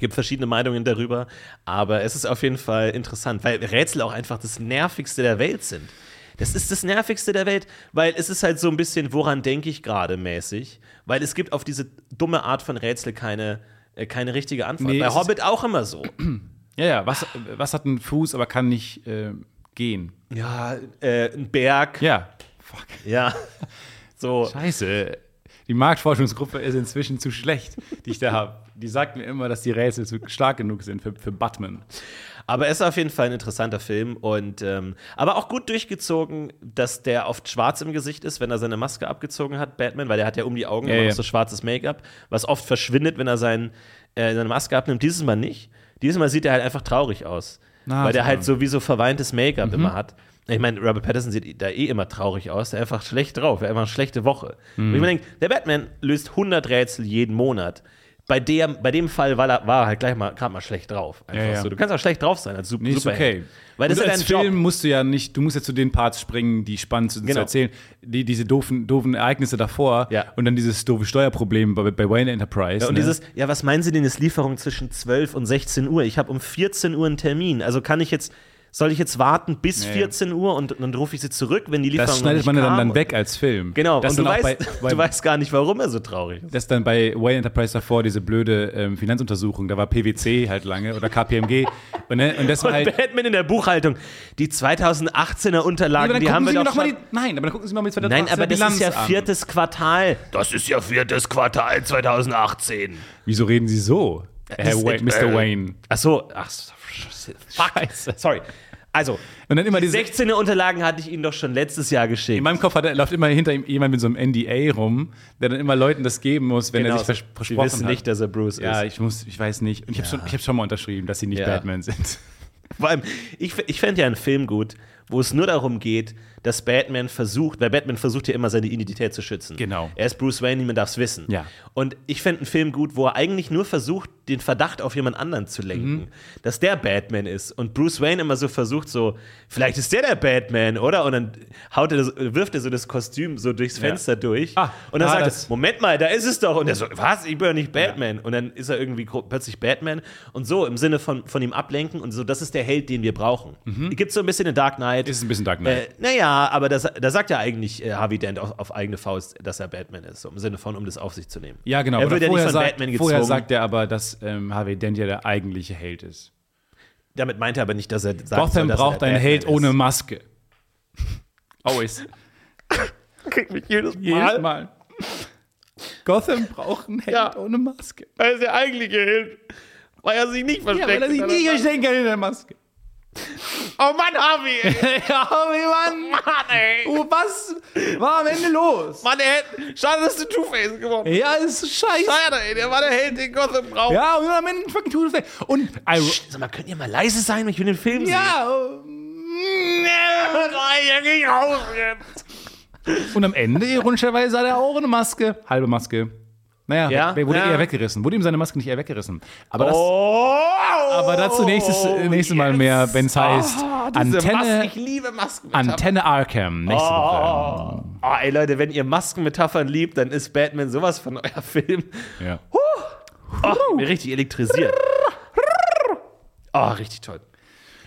Speaker 1: Gibt verschiedene Meinungen darüber, aber es ist auf jeden Fall interessant, weil Rätsel auch einfach das nervigste der Welt sind. Das ist das nervigste der Welt, weil es ist halt so ein bisschen, woran denke ich gerade mäßig, weil es gibt auf diese dumme Art von Rätsel keine, äh, keine richtige Antwort.
Speaker 2: Nee,
Speaker 1: Bei
Speaker 2: es ist-
Speaker 1: Hobbit auch immer so.
Speaker 2: Ja, ja, was, was hat einen Fuß, aber kann nicht äh, gehen?
Speaker 1: Ja, äh, ein Berg,
Speaker 2: Ja. Fuck.
Speaker 1: ja. So,
Speaker 2: Scheiße. Die Marktforschungsgruppe ist inzwischen zu schlecht, die ich da habe. Die sagt mir immer, dass die Rätsel zu stark genug sind für, für Batman.
Speaker 1: Aber es ist auf jeden Fall ein interessanter Film und ähm, aber auch gut durchgezogen, dass der oft schwarz im Gesicht ist, wenn er seine Maske abgezogen hat, Batman, weil der hat ja um die Augen
Speaker 2: Ja,
Speaker 1: immer
Speaker 2: ja.
Speaker 1: noch so schwarzes Make-up, was oft verschwindet, wenn er sein, äh, seine Maske abnimmt. Dieses Mal nicht. Dieses Mal sieht er halt einfach traurig aus,
Speaker 2: Na,
Speaker 1: weil der
Speaker 2: Mann.
Speaker 1: halt so wie so verweintes
Speaker 2: Mhm.
Speaker 1: Make-up immer hat. Ich meine, Robert Pattinson sieht da eh immer traurig aus, der ist einfach schlecht drauf, er hat einfach eine schlechte Woche.
Speaker 2: Mhm.
Speaker 1: Und ich mir denke, der Batman löst 100 Rätsel jeden Monat. Bei, der, bei dem Fall war er, war er halt gleich mal gerade mal schlecht drauf. Einfach
Speaker 2: Ja, ja.
Speaker 1: So. Du kannst auch schlecht drauf sein als Super
Speaker 2: Nee, ist okay.
Speaker 1: Weil das
Speaker 2: Und
Speaker 1: ist ja
Speaker 2: als
Speaker 1: dein Job.
Speaker 2: Film musst du ja nicht, du musst ja zu den Parts springen, die spannend sind um zu
Speaker 1: Genau.
Speaker 2: erzählen. Die, diese doofen, doofen Ereignisse davor
Speaker 1: Ja.
Speaker 2: und dann dieses doofe Steuerproblem bei, bei Wayne Enterprise.
Speaker 1: Und
Speaker 2: ne?
Speaker 1: dieses, ja, was meinen Sie denn, ist Lieferung zwischen 12 und 16 Uhr? Ich habe um 14 Uhr einen Termin. Also kann ich jetzt, soll ich jetzt warten bis
Speaker 2: Ja, ja.
Speaker 1: 14 Uhr und, und dann rufe ich sie zurück, wenn die Lieferung
Speaker 2: das
Speaker 1: noch
Speaker 2: schneidet
Speaker 1: nicht
Speaker 2: man ja dann,
Speaker 1: kam?
Speaker 2: dann weg als Film.
Speaker 1: Genau,
Speaker 2: das
Speaker 1: und du
Speaker 2: dann auch
Speaker 1: weißt,
Speaker 2: bei,
Speaker 1: du
Speaker 2: bei,
Speaker 1: weißt gar nicht, warum er so traurig ist.
Speaker 2: das dann bei Way Enterprise davor, diese blöde ähm, Finanzuntersuchung, da war PwC halt lange oder KPMG. und, ne, und das war
Speaker 1: Und
Speaker 2: halt.
Speaker 1: Batman in der Buchhaltung. Die 2018er Unterlagen,
Speaker 2: aber dann
Speaker 1: die haben
Speaker 2: gucken
Speaker 1: wir
Speaker 2: Sie mir
Speaker 1: doch
Speaker 2: doch mal die,
Speaker 1: schon-
Speaker 2: Nein, aber dann gucken Sie mal mit 2018er
Speaker 1: Nein, aber das
Speaker 2: Bilanz
Speaker 1: ist ja
Speaker 2: an.
Speaker 1: viertes Quartal. Das ist ja viertes Quartal 2018.
Speaker 2: Wieso reden Sie so, Herr
Speaker 1: Das-
Speaker 2: Wayne, Mr.
Speaker 1: äh,
Speaker 2: Wayne?
Speaker 1: Ach so, ach, so, fuck. Sorry. Also,
Speaker 2: Und dann immer diese,
Speaker 1: 16 Unterlagen hatte ich Ihnen doch schon letztes Jahr geschickt.
Speaker 2: In meinem Kopf hat, er- läuft immer hinter ihm jemand mit so einem NDA rum, der dann immer Leuten das geben muss, wenn er sich vers
Speaker 1: Sie
Speaker 2: versprochen
Speaker 1: Genau, wissen
Speaker 2: hat.
Speaker 1: nicht, dass er Bruce
Speaker 2: ja,
Speaker 1: ist.
Speaker 2: ich muss, ich weiß nicht. Und ich habe schon, ich hab schon mal unterschrieben, dass sie nicht
Speaker 1: Ja.
Speaker 2: Batman sind.
Speaker 1: Vor allem, ich, f- ich fände ja einen Film gut, wo es nur darum geht, dass Batman versucht, weil Batman versucht ja immer seine Identität zu schützen.
Speaker 2: Genau.
Speaker 1: Er ist Bruce Wayne, niemand darf es wissen.
Speaker 2: Ja.
Speaker 1: Und ich fände einen Film gut, wo er eigentlich nur versucht, den Verdacht auf jemand anderen zu lenken,
Speaker 2: Mhm.
Speaker 1: dass der Batman ist. Und Bruce Wayne immer so versucht, so, vielleicht ist der der Batman, oder? Und dann haut er das, wirft er so das Kostüm so durchs Fenster durch.
Speaker 2: Ah,
Speaker 1: und dann
Speaker 2: ah,
Speaker 1: sagt er,
Speaker 2: das-
Speaker 1: Moment mal, da ist es doch. Und er so, was? Ich bin doch nicht Batman. Und dann ist er irgendwie gro- plötzlich Batman. Und so im Sinne von, von ihm ablenken und so, das ist der Held, den wir brauchen. Gibt so ein bisschen in Dark Knight.
Speaker 2: Mhm. Ist ein bisschen Dark Knight.
Speaker 1: Äh, naja, aber das, da sagt ja eigentlich äh, Harvey Dent auf, auf eigene Faust, dass er Batman ist, so im Sinne von, um das auf sich zu nehmen.
Speaker 2: ja, genau.
Speaker 1: Er
Speaker 2: aber
Speaker 1: wird ja nicht
Speaker 2: vorher
Speaker 1: von
Speaker 2: sagt,
Speaker 1: Batman
Speaker 2: Vorher
Speaker 1: gezogen.
Speaker 2: sagt er aber, dass ähm, Harvey Dent ja der eigentliche Held ist.
Speaker 1: Damit meint er aber nicht, dass er sagt,
Speaker 2: Gotham
Speaker 1: dass
Speaker 2: braucht
Speaker 1: er
Speaker 2: einen
Speaker 1: Batman
Speaker 2: Held
Speaker 1: ist.
Speaker 2: ohne Maske. Always.
Speaker 1: Kriegt mich jedes
Speaker 2: Jedes Mal. Gotham braucht einen Held
Speaker 1: Ja.
Speaker 2: ohne Maske.
Speaker 1: Er ist der eigentliche Held, weil er sich nicht
Speaker 2: Ja, weil er sich nie verstecken kann in der Maske.
Speaker 1: oh Mann, Harvey!
Speaker 2: ja, wie Mann.
Speaker 1: ey!
Speaker 2: Oh, was war am Ende los?
Speaker 1: Mann, er hätte, schade, dass du Two-Face geworden
Speaker 2: Ja, ist scheiße.
Speaker 1: Schade, ey, der war der Held, den Gotham braucht.
Speaker 2: Ja, und am Ende fucking Two Face. Und I
Speaker 1: Sag mal, könnt ihr mal leise sein? Ich will den Film
Speaker 2: ja. mm.
Speaker 1: sehen. Ja.
Speaker 2: Und am Ende, ironischerweise, hat er auch eine Maske. Halbe Maske. Naja,
Speaker 1: Ja,
Speaker 2: wer- wurde
Speaker 1: ja.
Speaker 2: eher weggerissen. Wurde ihm seine Maske nicht eher weggerissen. Aber,
Speaker 1: Oh,
Speaker 2: das, aber dazu nächstes, äh, nächstes Mal mehr, wenn es heißt
Speaker 1: Ah, Masken,
Speaker 2: Antenne,
Speaker 1: ich liebe Maskenmetaphern.
Speaker 2: Antenne Arkham. Nächste Woche.
Speaker 1: Oh. oh, ey Leute, wenn ihr Maskenmetaphern liebt, dann ist Batman sowas von euer Film.
Speaker 2: Ja.
Speaker 1: Oh, ich bin richtig elektrisiert. Oh, richtig toll.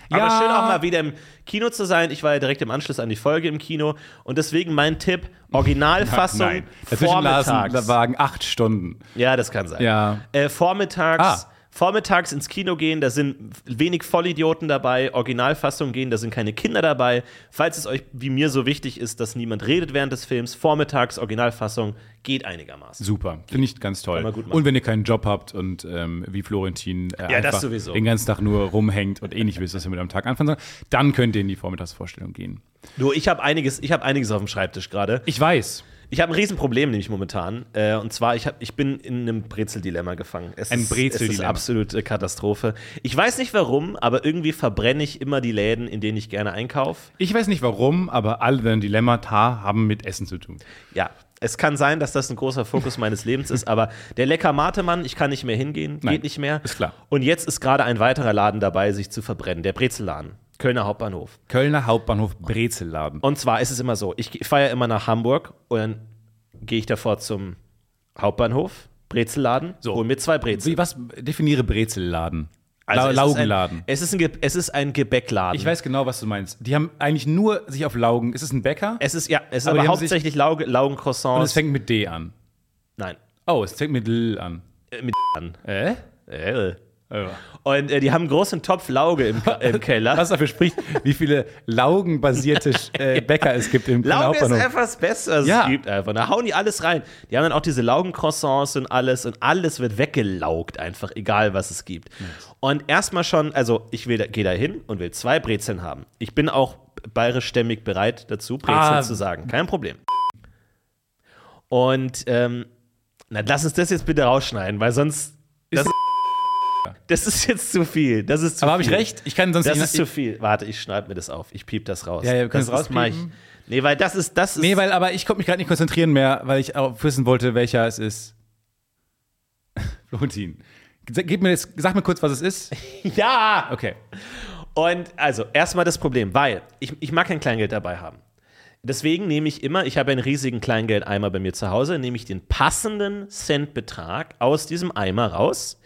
Speaker 2: Ja.
Speaker 1: Aber schön auch mal wieder im Kino zu sein. Ich war ja direkt im Anschluss an die Folge im Kino und deswegen mein Tipp: Originalfassung
Speaker 2: Nein. Dazwischen lasen
Speaker 1: vormittags.
Speaker 2: da waren acht Stunden.
Speaker 1: Ja, das kann sein.
Speaker 2: Ja.
Speaker 1: Äh, vormittags.
Speaker 2: Ah.
Speaker 1: Vormittags ins Kino gehen, da sind wenig Vollidioten dabei, Originalfassung gehen, da sind keine Kinder dabei. Falls es euch wie mir so wichtig ist, dass niemand redet während des Films, vormittags Originalfassung geht einigermaßen.
Speaker 2: Super, finde ich ganz toll.
Speaker 1: man gut machen.
Speaker 2: Und wenn ihr keinen Job habt und ähm, wie Florentin äh,
Speaker 1: Ja, das
Speaker 2: einfach
Speaker 1: sowieso.
Speaker 2: den ganzen Tag nur rumhängt und eh nicht wisst, was ihr mit am Tag anfangen sollt, dann könnt ihr in die Vormittagsvorstellung gehen.
Speaker 1: Nur ich habe einiges, ich habe einiges auf dem Schreibtisch gerade.
Speaker 2: Ich weiß.
Speaker 1: Ich habe ein Riesenproblem nämlich momentan. Äh, und zwar, ich, hab, ich bin in einem Brezeldilemma gefangen. Es
Speaker 2: Ein
Speaker 1: ist- Es ist
Speaker 2: Brezeldilemma.
Speaker 1: absolute Katastrophe. Ich weiß nicht warum, aber irgendwie verbrenne ich immer die Läden, in denen ich gerne einkaufe.
Speaker 2: Ich weiß nicht warum, aber alle deine Dilemmata haben mit Essen zu tun.
Speaker 1: Ja, es kann sein, dass das ein großer Fokus meines Lebens ist, aber der lecker Matemann, ich kann nicht mehr hingehen,
Speaker 2: Nein,
Speaker 1: geht nicht mehr.
Speaker 2: ist klar.
Speaker 1: Und jetzt ist gerade ein weiterer Laden dabei, sich zu verbrennen. Der Brezelladen, Kölner Hauptbahnhof.
Speaker 2: Kölner Hauptbahnhof Brezelladen.
Speaker 1: Und zwar ist es immer so, ich fahre ja immer nach Hamburg und dann gehe ich davor zum Hauptbahnhof, Brezelladen, so. hol mir zwei Brezel.
Speaker 2: Wie, was definiere Brezelladen?
Speaker 1: Also
Speaker 2: La
Speaker 1: es ist ein-
Speaker 2: Laugenladen.
Speaker 1: Es ist ein, Ge- es ist ein Gebäckladen.
Speaker 2: Ich weiß genau, was du meinst. Die haben eigentlich nur sich auf Laugen. Ist es ein Bäcker?
Speaker 1: es ist ja, es ist
Speaker 2: Aber
Speaker 1: aber,
Speaker 2: die haben sich-
Speaker 1: hauptsächlich Lauge,
Speaker 2: Und
Speaker 1: Laugencroissants.
Speaker 2: es fängt mit D an.
Speaker 1: Nein,
Speaker 2: Oh, es fängt mit L an.
Speaker 1: äh, mit an.
Speaker 2: Äh?
Speaker 1: Äh.
Speaker 2: Ja.
Speaker 1: Und äh, die haben einen großen Topf Lauge im, Ka- Äh, im Keller.
Speaker 2: Was dafür spricht, wie viele laugenbasierte äh, Bäcker es gibt im Kölner
Speaker 1: Lauge ist
Speaker 2: Hauptbahnhof.
Speaker 1: einfach das Beste, was
Speaker 2: Ja.
Speaker 1: es gibt einfach. Da hauen die alles rein. Die haben dann auch diese Laugencroissants und alles und alles wird weggelaugt einfach, egal was es gibt. Und erstmal schon, also ich will da- gehe da hin und will zwei Brezeln haben. Ich bin auch bayerischstämmig bereit dazu, Brezeln
Speaker 2: Ah.
Speaker 1: zu sagen. Kein Problem. Und ähm, na, lass uns das jetzt bitte rausschneiden, weil sonst das, das ist jetzt zu viel. Das ist zu
Speaker 2: Aber habe ich
Speaker 1: viel.
Speaker 2: recht? Ich kann sonst
Speaker 1: Das
Speaker 2: nicht-
Speaker 1: ist zu viel. Warte, ich schneide mir das auf. Ich piep das raus.
Speaker 2: Ja, ja, wir können
Speaker 1: das
Speaker 2: es
Speaker 1: ist mal ich-
Speaker 2: rauspiepen.
Speaker 1: Nee, weil das ist, das ist.
Speaker 2: Nee, weil aber ich konnte mich gerade nicht konzentrieren mehr, weil ich auch wissen wollte, welcher es ist. Florentin. Sag- Gib mir jetzt, sag mir kurz, was es ist.
Speaker 1: ja!
Speaker 2: Okay.
Speaker 1: Und also, erstmal das Problem, weil ich, ich mag kein Kleingeld dabei haben. Deswegen nehme ich immer, ich habe einen riesigen Kleingeldeimer bei mir zu Hause, nehme ich den passenden Centbetrag aus diesem Eimer raus,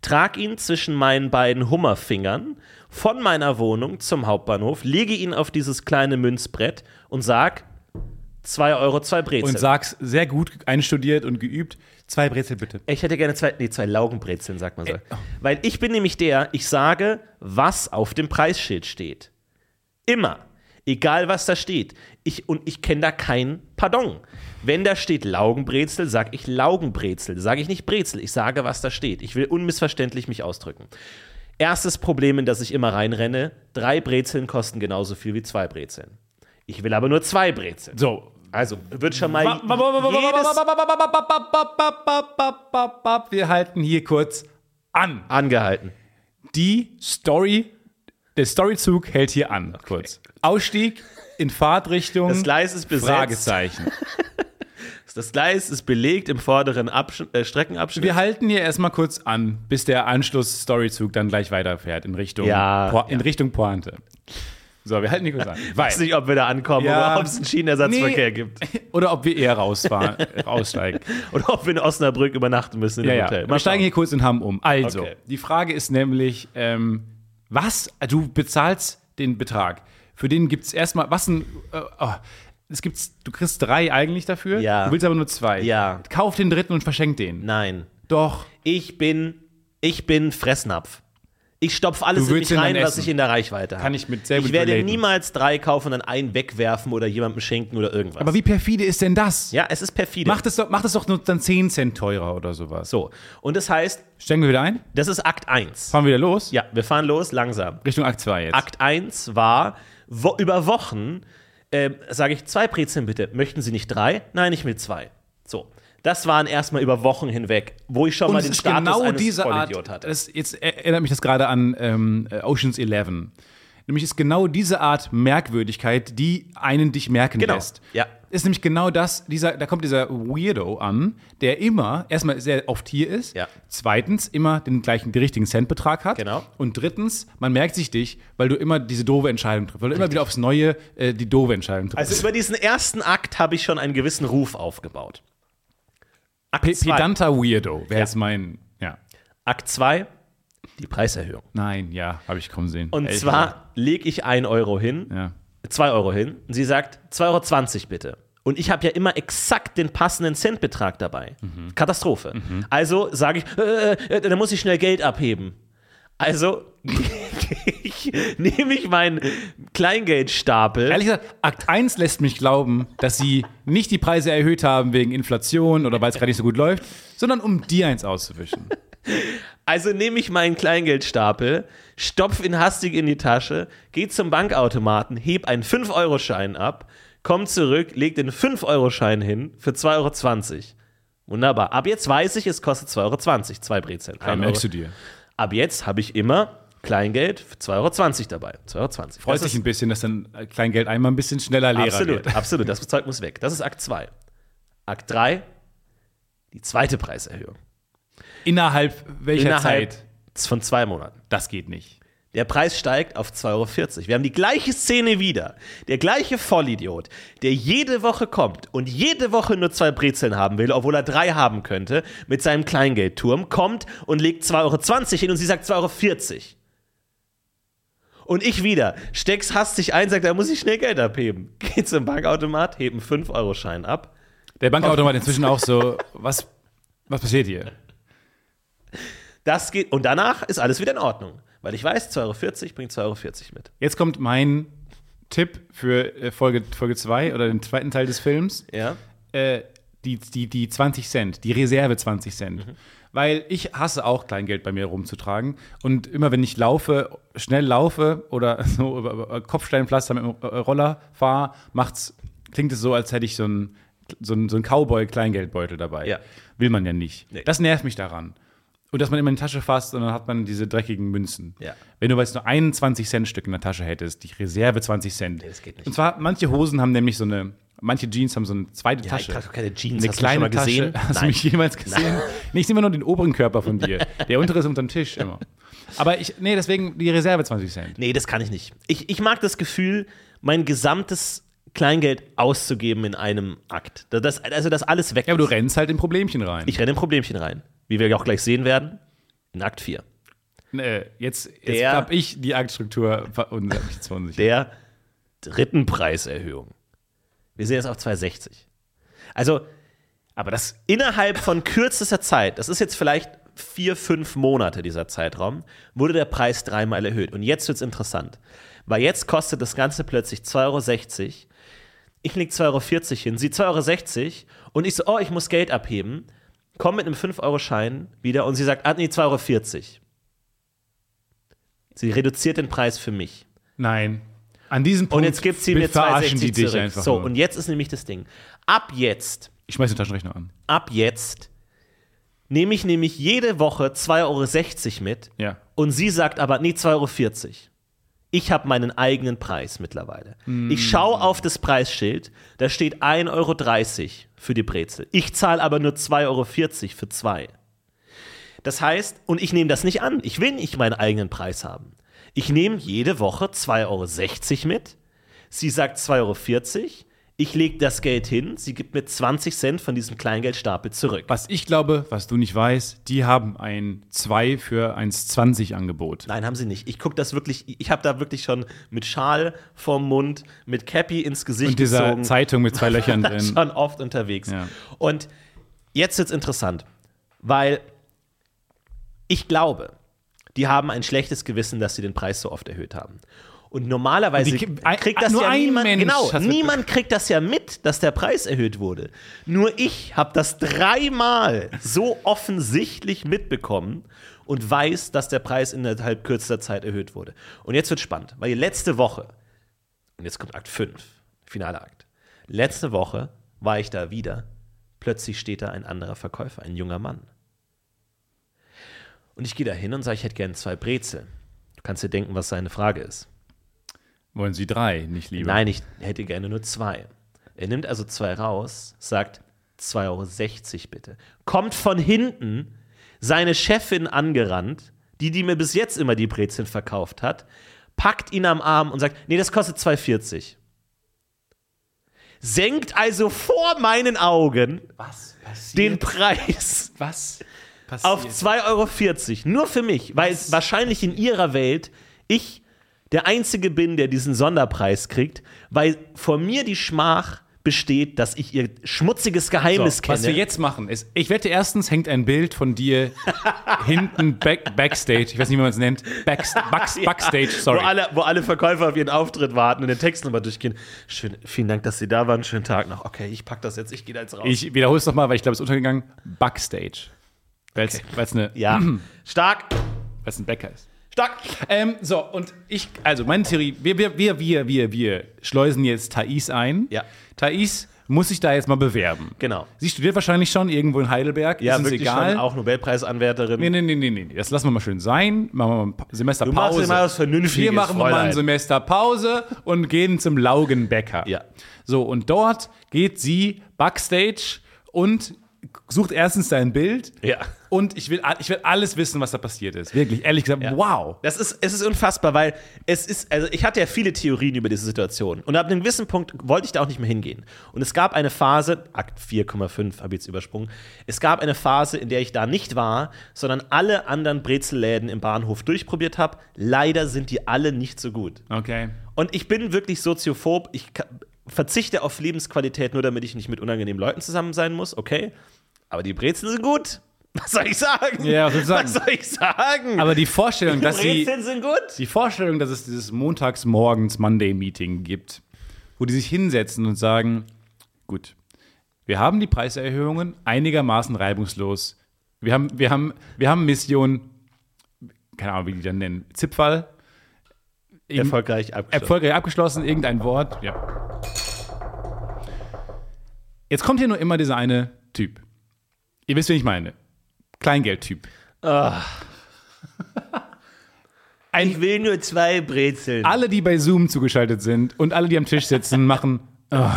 Speaker 1: trage ihn zwischen meinen beiden Hummerfingern von meiner Wohnung zum Hauptbahnhof, lege ihn auf dieses kleine Münzbrett und sag 2 Euro, zwei Brezel.
Speaker 2: Und sag's sehr gut einstudiert und geübt. Zwei Brezel bitte.
Speaker 1: Ich hätte gerne zwei, nee, zwei Laugenbrezeln, sagt man so. Weil ich bin nämlich der, ich sage, was auf dem Preisschild steht. Immer. Egal, was da steht. Ich, und ich kenne da kein Pardon. Wenn da steht Laugenbrezel, sage ich Laugenbrezel. Sage ich nicht Brezel. Ich sage, was da steht. Ich will unmissverständlich mich ausdrücken. Erstes Problem, in das ich immer reinrenne: drei Brezeln kosten genauso viel wie zwei Brezeln. Ich will aber nur zwei Brezeln.
Speaker 2: So.
Speaker 1: Also wird schon mal. jedes
Speaker 2: Wir halten hier kurz an.
Speaker 1: angehalten.
Speaker 2: die Story, der Storyzug hält hier an, kurz. Ausstieg in Fahrtrichtung.
Speaker 1: Das Gleis ist besetzt.
Speaker 2: Fragezeichen.
Speaker 1: Das Gleis ist belegt im vorderen Absch äh, Streckenabschnitt.
Speaker 2: Wir halten hier erstmal kurz an, bis der Anschluss-Storyzug dann gleich weiterfährt in Richtung,
Speaker 1: Ja.
Speaker 2: Po- in Richtung Pointe. So, wir halten hier kurz an.
Speaker 1: ich weiß
Speaker 2: Weil,
Speaker 1: nicht, ob wir da ankommen
Speaker 2: Ja.
Speaker 1: oder ob es einen Schienenersatzverkehr
Speaker 2: Nee.
Speaker 1: gibt.
Speaker 2: oder ob wir eher rausfahren, raussteigen.
Speaker 1: Oder ob wir in Osnabrück übernachten müssen in
Speaker 2: Ja,
Speaker 1: einem
Speaker 2: ja.
Speaker 1: Hotel. Mal
Speaker 2: Wir steigen hier kurz in Hamm um. Also,
Speaker 1: Okay.
Speaker 2: die Frage ist nämlich, ähm, was, du bezahlst den Betrag. Für den gibt es erstmal, was ein, äh, oh, es gibt's, du kriegst drei eigentlich dafür,
Speaker 1: Ja.
Speaker 2: du willst aber nur zwei.
Speaker 1: Ja.
Speaker 2: Kauf den dritten und verschenk den.
Speaker 1: Nein.
Speaker 2: Doch.
Speaker 1: Ich bin, ich bin Fressnapf. Ich stopfe alles
Speaker 2: Du
Speaker 1: in
Speaker 2: willst
Speaker 1: mich
Speaker 2: ihn
Speaker 1: rein,
Speaker 2: dann
Speaker 1: was
Speaker 2: essen.
Speaker 1: ich in der Reichweite habe.
Speaker 2: Kann ich mit sehr gut
Speaker 1: Ich werde
Speaker 2: relaten.
Speaker 1: niemals drei kaufen und dann einen wegwerfen oder jemandem schenken oder irgendwas.
Speaker 2: Aber wie perfide ist denn das?
Speaker 1: ja, es ist perfide.
Speaker 2: Mach das doch, mach das doch nur dann 10 Cent teurer oder sowas.
Speaker 1: so. Und das heißt,
Speaker 2: Stecken wir wieder ein,
Speaker 1: das ist Akt 1.
Speaker 2: fahren wir wieder los.
Speaker 1: Ja, wir fahren los, langsam.
Speaker 2: Richtung Akt 2 jetzt.
Speaker 1: Akt 1 war wo, über Wochen, ähm, sage ich, zwei Brezeln bitte. Möchten Sie nicht drei? Nein, ich will zwei. So. Das waren erstmal über Wochen hinweg, wo ich schon mal
Speaker 2: es
Speaker 1: den
Speaker 2: ist genau
Speaker 1: Status eines
Speaker 2: diese Äh,
Speaker 1: Vollidiot hatte.
Speaker 2: Das, jetzt er- erinnert mich das gerade an ähm, äh, Ocean's Eleven. Nämlich ist genau diese Art Merkwürdigkeit, die einen dich merken
Speaker 1: Genau,
Speaker 2: lässt.
Speaker 1: ja.
Speaker 2: Ist nämlich genau das, dieser, da kommt dieser Weirdo an, der immer erstmal sehr oft hier ist,
Speaker 1: Ja.
Speaker 2: zweitens immer den gleichen, den richtigen Centbetrag hat
Speaker 1: Genau.
Speaker 2: und drittens, man merkt sich dich, weil du immer diese doofe Entscheidung triffst, weil du immer wieder aufs Neue äh, die doofe Entscheidung triffst.
Speaker 1: Also über diesen ersten Akt habe ich schon einen gewissen Ruf aufgebaut. Akt
Speaker 2: Pe-
Speaker 1: 2.
Speaker 2: Pedanter Weirdo wäre jetzt mein, ja.
Speaker 1: Akt 2, die Preiserhöhung.
Speaker 2: Nein, ja, habe ich kommen sehen.
Speaker 1: Und
Speaker 2: Ehrlich gesagt.
Speaker 1: zwar lege ich 1 Euro hin,
Speaker 2: ja.
Speaker 1: 2 Euro hin. Und sie sagt, 2,20 Euro bitte. Und ich habe ja immer exakt den passenden Centbetrag dabei. Katastrophe. Also sage ich, äh, äh, dann muss ich schnell Geld abheben. Also ich, nehme ich meinen Kleingeldstapel.
Speaker 2: Ehrlich gesagt, Akt 1 lässt mich glauben, dass sie nicht die Preise erhöht haben wegen Inflation oder weil es gerade nicht so gut läuft, sondern um dir eins auszuwischen.
Speaker 1: Also nehme ich meinen Kleingeldstapel, stopf ihn hastig in die Tasche, gehe zum Bankautomaten, heb einen 5-Euro-Schein ab, kommt zurück, legt den 5-Euro-Schein hin für 2,20 Euro. Wunderbar. Ab jetzt weiß ich, es kostet 2,20 Euro, zwei Brezeln.
Speaker 2: Ja,
Speaker 1: kein
Speaker 2: merkst du
Speaker 1: Euro.
Speaker 2: dir.
Speaker 1: Ab jetzt habe ich immer Kleingeld für 2,20 Euro dabei. 2,20 Euro.
Speaker 2: Freut
Speaker 1: Das
Speaker 2: sich
Speaker 1: ist-
Speaker 2: ein bisschen, dass dann Kleingeld einmal ein bisschen schneller leer
Speaker 1: Absolut,
Speaker 2: wird.
Speaker 1: absolut. Das Zeug muss weg. Das ist Akt 2. Akt 3, die zweite Preiserhöhung.
Speaker 2: Innerhalb welcher
Speaker 1: Innerhalb
Speaker 2: Zeit?
Speaker 1: von zwei Monaten.
Speaker 2: Das geht nicht.
Speaker 1: Der Preis steigt auf 2,40 Euro. Wir haben die gleiche Szene wieder. Der gleiche Vollidiot, der jede Woche kommt und jede Woche nur zwei Brezeln haben will, obwohl er drei haben könnte, mit seinem Kleingeldturm, kommt und legt 2,20 Euro hin und sie sagt 2,40 Euro. Und ich wieder. Steck's, hasst sich ein, sagt, da muss ich schnell Geld abheben. Geht zum Bankautomat, heb einen 5-Euro-Schein ab.
Speaker 2: Der Bankautomat inzwischen auch so, was, was passiert hier?
Speaker 1: Das geht, und danach ist alles wieder in Ordnung. Weil ich weiß, 2,40 Euro bringt 2,40 Euro mit.
Speaker 2: Jetzt kommt mein Tipp für äh, Folge 2 Folge zwei oder den zweiten Teil des Films.
Speaker 1: Ja?
Speaker 2: Äh, die, die, die 20 Cent, die Reserve 20 Cent.
Speaker 1: Mhm.
Speaker 2: Weil ich hasse auch Kleingeld bei mir rumzutragen. Und immer wenn ich laufe, schnell laufe oder so über, über Kopfsteinpflaster mit dem äh, Roller fahre, macht's, klingt es so, als hätte ich so einen so einen- so einen Cowboy-Kleingeldbeutel dabei.
Speaker 1: Ja.
Speaker 2: Will man ja nicht.
Speaker 1: Nee.
Speaker 2: Das nervt mich daran. Und dass man immer in die Tasche fasst und dann hat man diese dreckigen Münzen.
Speaker 1: Ja.
Speaker 2: Wenn du weißt, nur ein 20-Cent-Stück in der Tasche hättest, die Reserve 20 Cent.
Speaker 1: das geht nicht.
Speaker 2: Und zwar, manche Hosen haben nämlich so eine, manche Jeans haben so eine zweite
Speaker 1: Ja, ich
Speaker 2: Tasche.
Speaker 1: trage doch keine Jeans.
Speaker 2: Eine
Speaker 1: Hast du mich schon
Speaker 2: kleine
Speaker 1: mal gesehen?
Speaker 2: Tasche. Hast du
Speaker 1: Nein.
Speaker 2: mich jemals gesehen? Nee, ich sehe immer nur den oberen Körper von dir. Der untere ist unterm Tisch immer. Aber ich, nee, deswegen die Reserve 20 Cent.
Speaker 1: Nee, das kann ich nicht. Ich, ich mag das Gefühl, mein gesamtes Kleingeld auszugeben in einem Akt. Da- Das, also, dass alles weg
Speaker 2: Ja, aber du
Speaker 1: ist.
Speaker 2: rennst halt in Problemchen rein.
Speaker 1: Ich renne in Problemchen rein. Wie wir ja auch gleich sehen werden, in Akt 4.
Speaker 2: äh, jetzt jetzt
Speaker 1: Der-
Speaker 2: habe ich die Aktstruktur verunsichert. verunsichert.
Speaker 1: Der dritten Preiserhöhung. Wir sehen jetzt auf 2,60. Also, aber das innerhalb von kürzester Zeit, das ist jetzt vielleicht vier, fünf Monate dieser Zeitraum, wurde der Preis dreimal erhöht. Und jetzt wird's interessant. Weil jetzt kostet das Ganze plötzlich 2,60 Euro. Ich leg 2,40 Euro hin, sie 2,60 Euro und ich so, oh, ich muss Geld abheben. Komm mit einem 5-Euro-Schein wieder und sie sagt, ah, nee, 2,40 Euro. Sie reduziert den Preis für mich.
Speaker 2: Nein. An diesem Punkt
Speaker 1: Und jetzt gibt sie mir
Speaker 2: verarschen
Speaker 1: 260
Speaker 2: die dich
Speaker 1: zurück.
Speaker 2: einfach.
Speaker 1: so,
Speaker 2: nur.
Speaker 1: und jetzt ist nämlich das Ding. Ab jetzt,
Speaker 2: ich schmeiß den Taschenrechner an.
Speaker 1: ab jetzt nehme ich nämlich jede Woche 2,60 Euro mit
Speaker 2: Ja.
Speaker 1: und sie sagt aber, nee, 2,40 Euro. Ich habe meinen eigenen Preis mittlerweile. Ich schaue auf das Preisschild, da steht 1,30 Euro für die Brezel. Ich zahle aber nur 2,40 Euro für zwei. Das heißt, und ich nehme das nicht an. Ich will nicht meinen eigenen Preis haben. Ich nehme jede Woche 2,60 Euro mit. Sie sagt 2,40 Euro. Ich lege das Geld hin. Sie gibt mir 20 Cent von diesem Kleingeldstapel zurück.
Speaker 2: Was ich glaube, was du nicht weißt, die haben ein 2 für 1,20 Angebot.
Speaker 1: Nein, haben sie nicht. Ich gucke das wirklich, ich habe da wirklich schon mit Schal vorm Mund, mit Cappy ins Gesicht
Speaker 2: Und dieser
Speaker 1: gezogen.
Speaker 2: Zeitung mit zwei Löchern drin.
Speaker 1: schon oft unterwegs.
Speaker 2: Ja.
Speaker 1: Und jetzt wird's interessant, weil ich glaube, die haben ein schlechtes Gewissen, dass sie den Preis so oft erhöht haben. Und normalerweise
Speaker 2: Die ki- ein-
Speaker 1: kriegt das
Speaker 2: nur
Speaker 1: ja
Speaker 2: ein
Speaker 1: niemand,
Speaker 2: Mensch
Speaker 1: genau,
Speaker 2: hat's
Speaker 1: niemand kriegt das ja mit, dass der Preis erhöht wurde. Nur ich habe das dreimal so offensichtlich mitbekommen und weiß, dass der Preis innerhalb kürzester Zeit erhöht wurde. Und jetzt wird spannend, weil letzte Woche und jetzt kommt Akt 5, finaler Akt. Letzte Woche war ich da wieder. Plötzlich steht da ein anderer Verkäufer, ein junger Mann. Und ich gehe da hin und sage, ich hätte gern zwei Brezel. Du kannst dir denken, was seine Frage ist.
Speaker 2: Wollen Sie drei, nicht lieber?
Speaker 1: Nein, ich hätte gerne nur zwei. Er nimmt also zwei raus, sagt 2,60 Euro bitte. Kommt von hinten seine Chefin angerannt, die, die mir bis jetzt immer die Brezeln verkauft hat, packt ihn am Arm und sagt, nee, das kostet 2,40 Euro. Senkt also vor meinen Augen
Speaker 2: Was
Speaker 1: den
Speaker 2: passiert?
Speaker 1: Preis
Speaker 2: was passiert?
Speaker 1: auf 2,40 Euro. Nur für mich, weil es wahrscheinlich in ihrer Welt ich der Einzige bin, der diesen Sonderpreis kriegt, weil vor mir die Schmach besteht, dass ich ihr schmutziges Geheimnis
Speaker 2: so,
Speaker 1: kenne.
Speaker 2: was wir jetzt machen ist, ich wette, erstens hängt ein Bild von dir hinten back, backstage, ich weiß nicht, wie man es nennt, Backst- Backs- backstage, sorry.
Speaker 1: Wo alle, wo alle Verkäufer auf ihren Auftritt warten und den Text nochmal durchgehen. Schön, vielen Dank, dass Sie da waren. Schönen Tag noch. Okay, ich pack das jetzt. Ich gehe da jetzt raus.
Speaker 2: ich wiederhole es nochmal, weil ich glaube, es ist untergegangen, backstage, weil es weil es eine,
Speaker 1: ja, stark.
Speaker 2: weil es ne- ein Bäcker ist. Duck. Ähm, so, und ich, also meine Theorie, wir, wir, wir, wir, wir, wir schleusen jetzt Thais ein.
Speaker 1: Ja.
Speaker 2: Thais muss sich da jetzt mal bewerben.
Speaker 1: Genau.
Speaker 2: Sie studiert wahrscheinlich schon irgendwo in Heidelberg,
Speaker 1: Ja,
Speaker 2: ist uns
Speaker 1: wirklich
Speaker 2: egal.
Speaker 1: schon auch Nobelpreisanwärterin.
Speaker 2: Nee, nee, nee, nee, nee, nee, das lassen wir mal schön sein. Machen wir mal ein pa-
Speaker 1: Du machst
Speaker 2: Semesterpause.
Speaker 1: dir mal was Vernünftiges,
Speaker 2: Hier machen wir mal ein
Speaker 1: Fräulein.
Speaker 2: Semesterpause und gehen zum Laugenbäcker.
Speaker 1: Ja.
Speaker 2: So, und dort geht sie backstage und sucht erstens dein Bild.
Speaker 1: Ja.
Speaker 2: Und ich will, a- ich will alles wissen, was da passiert ist. Wirklich, ehrlich gesagt, wow.
Speaker 1: Das ist, es ist unfassbar, weil es ist, also ich hatte ja viele Theorien über diese Situation und ab einem gewissen Punkt wollte ich da auch nicht mehr hingehen. Und es gab eine Phase, Akt 4,5 habe ich jetzt übersprungen, es gab eine Phase, in der ich da nicht war, sondern alle anderen Brezelläden im Bahnhof durchprobiert habe. Leider sind die alle nicht so gut.
Speaker 2: Okay.
Speaker 1: Und ich bin wirklich soziophob. Ich ka- verzichte auf Lebensqualität, nur damit ich nicht mit unangenehmen Leuten zusammen sein muss. Okay. Aber die Brezeln sind gut. Was soll ich sagen?
Speaker 2: Ja, was soll ich sagen?
Speaker 1: Was soll ich sagen?
Speaker 2: Aber die Vorstellung, dass
Speaker 1: die
Speaker 2: sie.
Speaker 1: Brezeln sind gut.
Speaker 2: Die Vorstellung, dass es dieses montagsmorgens Monday-Meeting gibt, wo die sich hinsetzen und sagen, gut, wir haben die Preiserhöhungen einigermaßen reibungslos. Wir haben, wir haben, wir haben Mission, keine Ahnung, wie die dann nennen, Zipfall, Irgend-
Speaker 1: Erfolgreich abgeschlossen.
Speaker 2: erfolgreich abgeschlossen, irgendein Wort. Ja. Jetzt kommt hier nur immer dieser eine Typ. Ihr wisst, wen ich meine. Kleingeldtyp.
Speaker 1: ich will nur zwei Brezeln.
Speaker 2: alle, die bei Zoom zugeschaltet sind und alle, die am Tisch sitzen, machen. ah.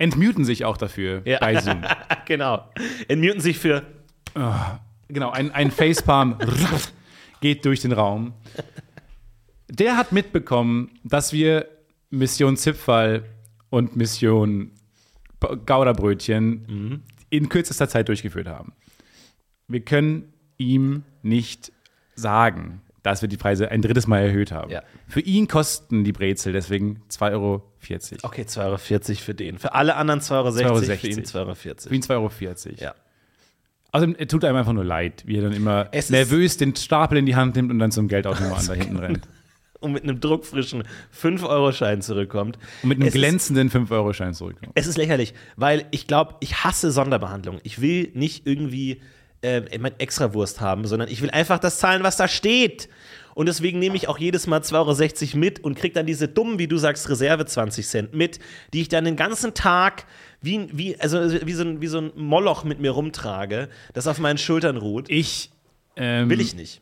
Speaker 2: Entmuten sich auch dafür
Speaker 1: Ja.
Speaker 2: bei Zoom.
Speaker 1: genau. Entmuten sich für.
Speaker 2: Genau, ein, ein Facepalm raff, geht durch den Raum. Der hat mitbekommen, dass wir Mission Zipfall und Mission Ba- Gouderbrötchen in kürzester Zeit durchgeführt haben. Wir können ihm nicht sagen, dass wir die Preise ein drittes Mal erhöht haben.
Speaker 1: Ja.
Speaker 2: Für ihn kosten die Brezel deswegen 2,40 Euro. Für
Speaker 1: Okay, 2,40 Euro für den. Für alle anderen 2,60 Euro. Für ihn 2,40 Euro.
Speaker 2: ihn 2,40 Euro.
Speaker 1: Ja.
Speaker 2: Außerdem er tut einem einfach nur leid, wie er dann immer
Speaker 1: Es ist- genau
Speaker 2: nervös den Stapel in die Hand nimmt und dann zum Geldautomaten da hinten rennt.
Speaker 1: Und mit einem druckfrischen 5-Euro-Schein zurückkommt.
Speaker 2: Und mit einem
Speaker 1: Es ist-
Speaker 2: glänzenden 5-Euro-Schein zurückkommt.
Speaker 1: Es ist lächerlich, weil ich glaube, ich hasse Sonderbehandlung. Ich will nicht irgendwie äh, mein Extrawurst haben, sondern ich will einfach das zahlen, was da steht. Und deswegen nehme ich auch jedes Mal 2,60 Euro mit und kriege dann diese dummen, wie du sagst, Reserve 20 Cent mit, die ich dann den ganzen Tag wie, wie, also wie, so ein, wie so ein Moloch mit mir rumtrage, das auf meinen Schultern ruht.
Speaker 2: Ich. Ähm,
Speaker 1: Will ich nicht.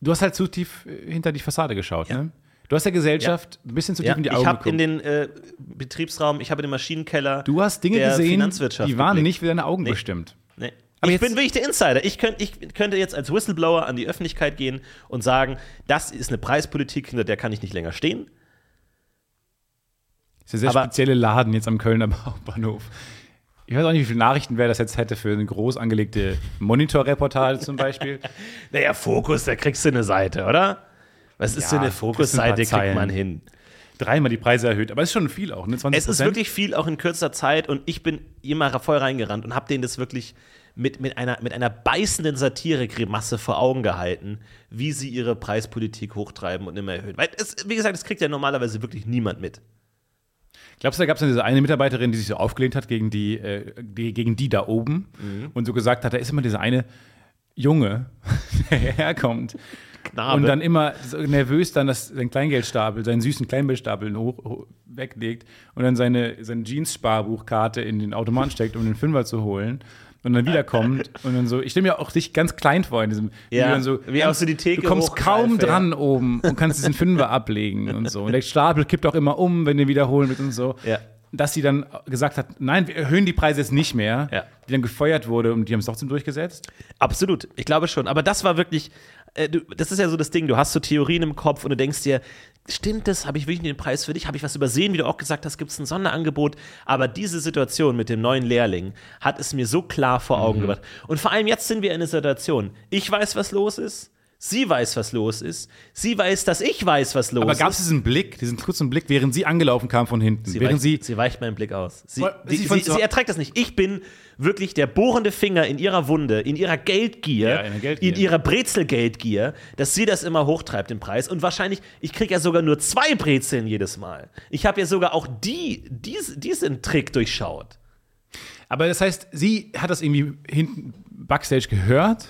Speaker 2: Du hast halt zu tief äh, hinter die Fassade geschaut, ne? Du hast der Gesellschaft ein bisschen zu tief
Speaker 1: Ja,
Speaker 2: in die
Speaker 1: ich
Speaker 2: Augen
Speaker 1: habe
Speaker 2: geguckt.
Speaker 1: in den äh, Betriebsraum, ich habe in den Maschinenkeller.
Speaker 2: du hast Dinge
Speaker 1: der
Speaker 2: gesehen,
Speaker 1: Finanzwirtschaft
Speaker 2: die waren
Speaker 1: geblickt.
Speaker 2: nicht für deine Augen bestimmt.
Speaker 1: Nee.
Speaker 2: Aber
Speaker 1: ich
Speaker 2: jetzt-
Speaker 1: bin wirklich der Insider. Ich, könnt, ich könnte jetzt als Whistleblower an die Öffentlichkeit gehen und sagen, das ist eine Preispolitik, hinter der kann ich nicht länger stehen.
Speaker 2: Das ist der sehr
Speaker 1: Aber-
Speaker 2: spezielle Laden jetzt am Kölner Hauptbahnhof. Ich weiß auch nicht, wie viele Nachrichten wer das jetzt hätte für eine groß angelegte Monitorreportage zum Beispiel.
Speaker 1: Naja, Fokus, da kriegst du eine Seite, oder? Was ist
Speaker 2: Ja,
Speaker 1: denn eine Fokusseite,
Speaker 2: kriegst du ein paar
Speaker 1: kriegt man
Speaker 2: Zeilen.
Speaker 1: hin?
Speaker 2: Dreimal die Preise erhöht, aber es ist schon viel auch, ne? 20
Speaker 1: Es ist wirklich viel, auch in kürzer Zeit. Und ich bin immer voll reingerannt und habe denen das wirklich mit, mit, einer, mit einer beißenden Satire-Grimasse vor Augen gehalten, wie sie ihre Preispolitik hochtreiben und immer erhöhen. Weil, es, wie gesagt, das kriegt ja normalerweise wirklich niemand mit.
Speaker 2: Glaubst du, da gab es dann diese eine Mitarbeiterin, die sich so aufgelehnt hat gegen die, äh, die, gegen die da oben und so gesagt hat, da ist immer dieser eine Junge, der herkommt
Speaker 1: Knabe.
Speaker 2: und dann immer so nervös dann das, seinen Kleingeldstapel, seinen süßen Kleingeldstapel hoch, hoch, weglegt und dann seine, seine Jeans-Sparbuchkarte in den Automaten steckt, um den Fünfer zu holen. Und dann wiederkommt und dann so, ich stelle mir auch dich ganz klein vor in diesem,
Speaker 1: Ja,
Speaker 2: du
Speaker 1: wie auch so die Theke
Speaker 2: Du kommst kaum
Speaker 1: hochgreife, ja.
Speaker 2: dran oben und kannst diesen Fünfer ablegen und so. Und der Stapel kippt auch immer um, wenn du ihn wiederholen willst und so
Speaker 1: Ja.
Speaker 2: dass sie dann gesagt hat, nein, wir erhöhen die Preise jetzt nicht mehr,
Speaker 1: Ja.
Speaker 2: die dann gefeuert wurde und die haben es trotzdem durchgesetzt.
Speaker 1: Absolut, ich glaube schon. Aber das war wirklich, äh, du, das ist ja so das Ding, du hast so Theorien im Kopf und du denkst dir, stimmt das, habe ich wirklich den Preis für dich, habe ich was übersehen, wie du auch gesagt hast, gibt es ein Sonderangebot. Aber diese Situation mit dem neuen Lehrling hat es mir so klar vor Augen gebracht. Und vor allem jetzt sind wir in einer Situation, ich weiß, was los ist, sie weiß, was los ist, sie weiß, dass ich weiß, was los
Speaker 2: Aber gab es
Speaker 1: ist.
Speaker 2: diesen Blick, diesen kurzen Blick, während sie angelaufen kam von hinten,
Speaker 1: Sie
Speaker 2: während
Speaker 1: weicht,
Speaker 2: sie
Speaker 1: sie weicht meinen Blick aus. Sie,
Speaker 2: Weil-
Speaker 1: die,
Speaker 2: sie
Speaker 1: sie,
Speaker 2: von
Speaker 1: sie,
Speaker 2: zu-
Speaker 1: erträgt das nicht. Ich bin wirklich der bohrende Finger in ihrer Wunde, in ihrer Geldgier,
Speaker 2: Ja, in der Geldgier.
Speaker 1: in ihrer Brezelgeldgier, dass sie das immer hochtreibt, den Preis. Und wahrscheinlich, ich kriege ja sogar nur zwei Brezeln jedes Mal. Ich habe ja sogar auch die, dies, diesen Trick durchschaut.
Speaker 2: Aber das heißt, sie hat das irgendwie hinten Backstage gehört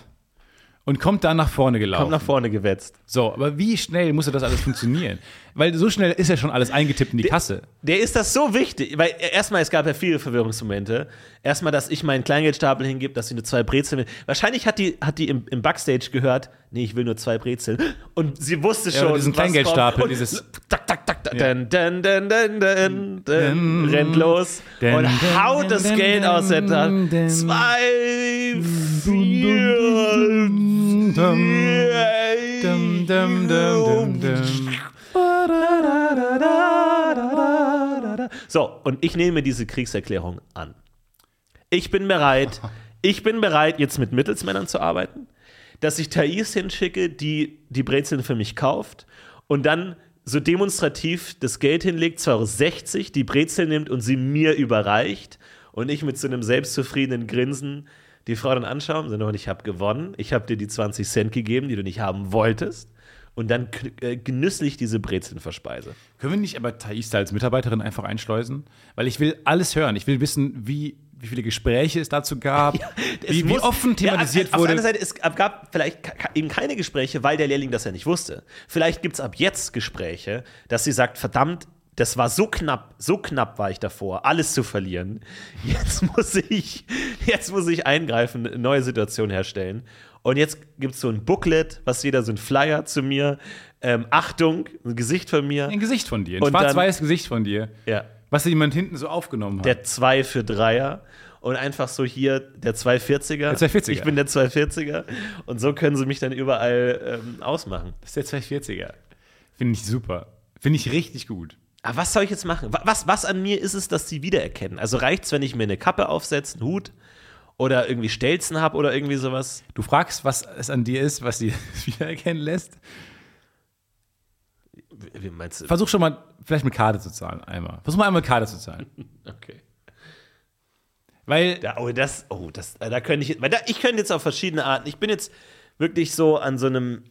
Speaker 2: und kommt dann nach vorne gelaufen.
Speaker 1: Kommt nach vorne gewetzt.
Speaker 2: So, aber wie schnell muss das alles funktionieren? Weil so schnell ist ja schon alles eingetippt in die Kasse.
Speaker 1: Der ist das so wichtig, weil e, erstmal, es gab ja viele Verwirrungsmomente. Erstmal, dass ich meinen Kleingeldstapel hingebe, dass sie nur zwei Brezeln will. Wahrscheinlich hat die, hat die im, im Backstage gehört, nee, ich will nur zwei Brezeln. Und sie wusste schon,
Speaker 2: oder diesen
Speaker 1: was
Speaker 2: Kleingeldstapel,
Speaker 1: kommt. Und
Speaker 2: dieses-
Speaker 1: Tak, tak, tak, tak, dann, dann, dann, dann, dann, dann, rennt los
Speaker 2: Dann,
Speaker 1: und
Speaker 2: dann,
Speaker 1: haut das
Speaker 2: dann,
Speaker 1: Geld
Speaker 2: dann,
Speaker 1: aus der Tasche.
Speaker 2: dann.
Speaker 1: Zwei, vier, So, und ich nehme diese Kriegserklärung an. Ich bin bereit, ich bin bereit, jetzt mit Mittelsmännern zu arbeiten, dass ich Thais hinschicke, die die Brezeln für mich kauft und dann so demonstrativ das Geld hinlegt, 2,60 Euro, die Brezel nimmt und sie mir überreicht und ich mit so einem selbstzufriedenen Grinsen die Frau dann anschaue und sage, und ich habe gewonnen, ich habe dir die 20 Cent gegeben, die du nicht haben wolltest und dann kn- äh, genüsslich diese Brezeln verspeise.
Speaker 2: Können wir nicht aber Thais da als Mitarbeiterin einfach einschleusen? Weil ich will alles hören. Ich will wissen, wie, wie viele Gespräche es dazu gab,
Speaker 1: Es
Speaker 2: wie, wie
Speaker 1: muss-
Speaker 2: offen thematisiert
Speaker 1: ja, also auf-
Speaker 2: wurde.
Speaker 1: Auf der anderen Seite, es gab vielleicht ka- ka- eben keine Gespräche, weil der Lehrling das ja nicht wusste. Vielleicht gibt es ab jetzt Gespräche, dass sie sagt, verdammt, das war so knapp, so knapp war ich davor, alles zu verlieren. Jetzt muss ich, jetzt muss ich eingreifen, eine neue Situation herstellen. Und jetzt gibt es so ein Booklet, was jeder so ein Flyer zu mir. Ähm, Achtung, ein Gesicht von mir.
Speaker 2: ein Gesicht von dir, ein
Speaker 1: Und dann-
Speaker 2: schwarz-weiß Gesicht von dir,
Speaker 1: Ja.
Speaker 2: was jemand hinten so aufgenommen hat.
Speaker 1: Der 2 für Dreier. Und einfach so hier der 240er.
Speaker 2: Der 240er.
Speaker 1: Ich bin der 240er. Und so können sie mich dann überall ähm, ausmachen.
Speaker 2: das ist der 240er. Finde ich super. Finde ich richtig gut.
Speaker 1: Aber was soll ich jetzt machen? Wa- Was, was an mir ist es, dass sie wiedererkennen? Also reicht es, wenn ich mir eine Kappe aufsetze, einen Hut oder irgendwie Stelzen habe oder irgendwie sowas?
Speaker 2: Du fragst, was es an dir ist, was dir wiedererkennen lässt.
Speaker 1: Wie wie meinst du?
Speaker 2: Versuch schon mal, vielleicht mit Karte zu zahlen, einmal. Versuch mal einmal mit Karte zu zahlen.
Speaker 1: Okay.
Speaker 2: Weil
Speaker 1: Da, oh, das, oh, das, äh, da könnte ich, weil da, ich könnte jetzt auf verschiedene Arten, ich bin jetzt wirklich so an so einem